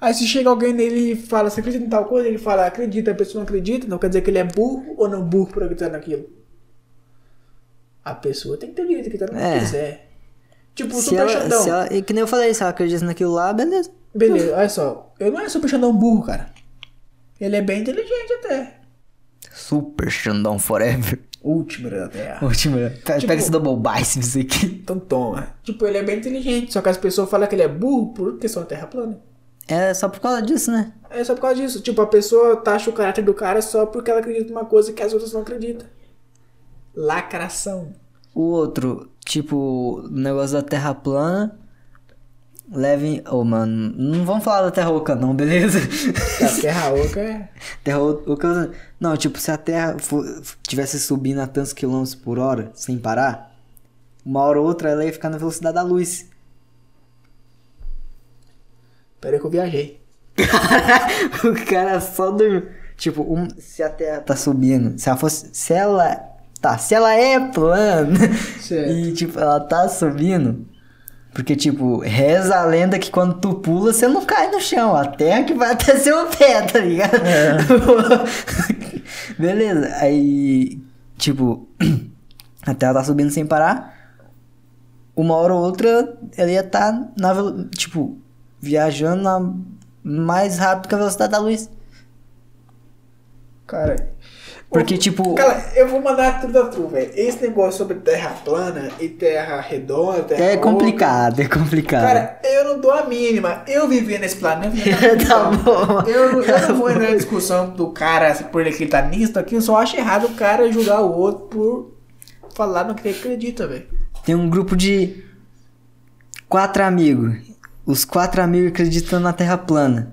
Aí se chega alguém nele e fala, você acredita em tal coisa? Ele fala, acredita, a pessoa não acredita, não quer dizer que ele é burro ou não burro por acreditar naquilo. A pessoa tem que ter o direito de acreditar no que
É.
quiser. Tipo,
se
super
ela,
xandão.
se ela- E que nem eu falei, se ela acredita naquilo lá, beleza.
Beleza, olha só. Eu não é super xandão burro, cara. Ele é bem inteligente até.
Super Xandão Forever.
Último da terra.
Último. Pe- Pega
Tipo-
esse double bice aqui.
Então toma. Tipo, ele é bem inteligente, só que as pessoas falam que ele é burro por questão da terra plana.
É só por causa disso, né?
É só por causa disso. Tipo, a pessoa taxa o caráter do cara só porque ela acredita numa coisa que as outras não acreditam. Lacração.
O outro, tipo, o negócio da terra plana. Levem. Ô, mano, não vamos falar da terra oca, não, beleza?
A terra oca Tá, é.
Terra o o que- Não, tipo, se a Terra fo- tivesse subindo a tantos quilômetros por hora, sem parar, uma hora ou outra ela ia ficar na velocidade da luz.
Peraí que eu viajei.
o cara só dormiu. Tipo, um- se a Terra tá subindo, se ela fosse. Se ela. Tá, se ela é plana
Certo.
e, tipo, ela tá subindo. Porque, tipo, reza a lenda que quando tu pula, você não cai no chão. A terra que vai até seu pé, tá ligado? Beleza. Aí, tipo, a terra tá subindo sem parar. Uma hora ou outra, ela ia estar, tá na, velo- tipo, viajando na- mais rápido que a velocidade da luz.
Cara.
Porque, tipo,
Cara, eu vou mandar tudo a tu, velho. Esse negócio sobre terra plana e terra redonda. Terra
é
oca.
complicado, é complicado.
Cara, eu não dou a mínima. Eu vivi nesse planeta.
Tá bom.
Eu, eu não vou entrar na discussão do cara por ele que tá nisso, aqui. Eu só acho errado o cara julgar o outro por falar no que ele acredita, velho.
Tem um grupo de quatro amigos. Os quatro amigos acreditam na Terra plana.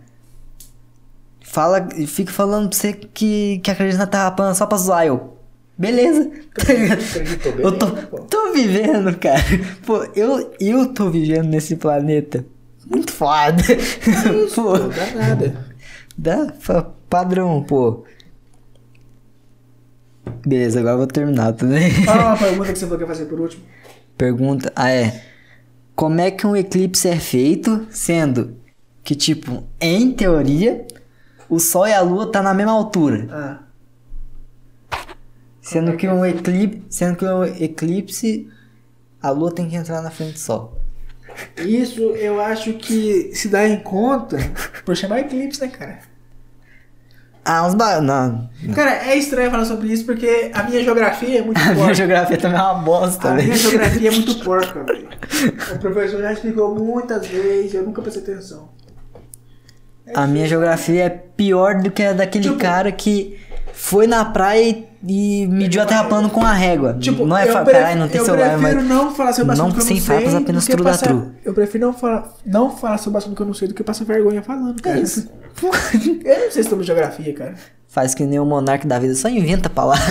Fala, fica falando pra você que, que acredita na Terra plana só pra zoar eu. Beleza. tá
Acreditou, beleza,
eu tô,
pô.
tô vivendo, cara. Pô, eu, eu tô vivendo nesse planeta. Muito foda. Pô,
Não dá nada.
dá fa- padrão, pô. Beleza, agora eu vou terminar, tudo bem?
Qual é uma pergunta que você falou que ia fazer por último?
Pergunta, ah é, como é que um eclipse é feito, sendo que tipo, em teoria, o Sol e a Lua tá na mesma altura,
Ah,
sendo que um eclipse, sendo que um eclipse, a Lua tem que entrar na frente do Sol.
isso eu acho que se dá em conta por chamar eclipse, né, cara?
Ah, uns ba... não.
Cara, é estranho falar sobre isso porque a minha geografia é muito
A minha
forte.
geografia também é uma bosta,
A minha
velho.
geografia é muito porca, velho. O professor já explicou muitas vezes, eu nunca prestei atenção.
A minha geografia é pior do que a daquele
Tipo-
cara que foi na praia e, e mediu a terra plana com a régua.
Tipo,
não é,
eu
fa-
prefiro,
caralho, não tem
eu
celular,
prefiro
mas...
não falar sobre
Não
assunto que eu
sem
não sei.
fapas, apenas
do que
true da
passar-
true.
Eu prefiro não falar, não falar sobre assunto que eu não sei do que passar vergonha falando, cara. Eu não sei sobre geografia, cara.
Faz que nem o monarca da vida, só inventa palavra.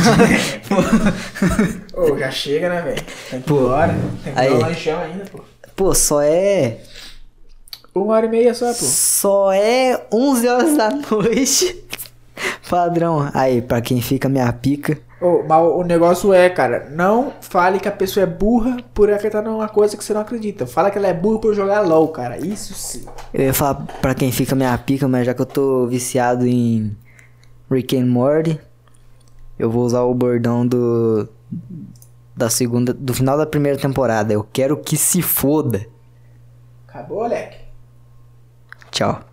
Ô, já chega, né, velho? Tem que ir
Pô,
embora. Tem que
aí.
dar um lanchão ainda, pô.
Pô, só é.
Uma hora e meia só, pô.
Só é 11 horas da noite. Padrão. Aí, pra quem fica minha pica.
Ô, mas o negócio é, cara, não fale que a pessoa é burra por acreditar numa coisa que você não acredita. Fala que ela é burra por jogar LOL, cara. Isso sim.
Eu ia falar pra quem fica minha pica, mas já que eu tô viciado em Rick and Morty, eu vou usar o bordão do. Da segunda. Do final da primeira temporada. Eu quero que se foda.
Acabou, Alec.
Tchau.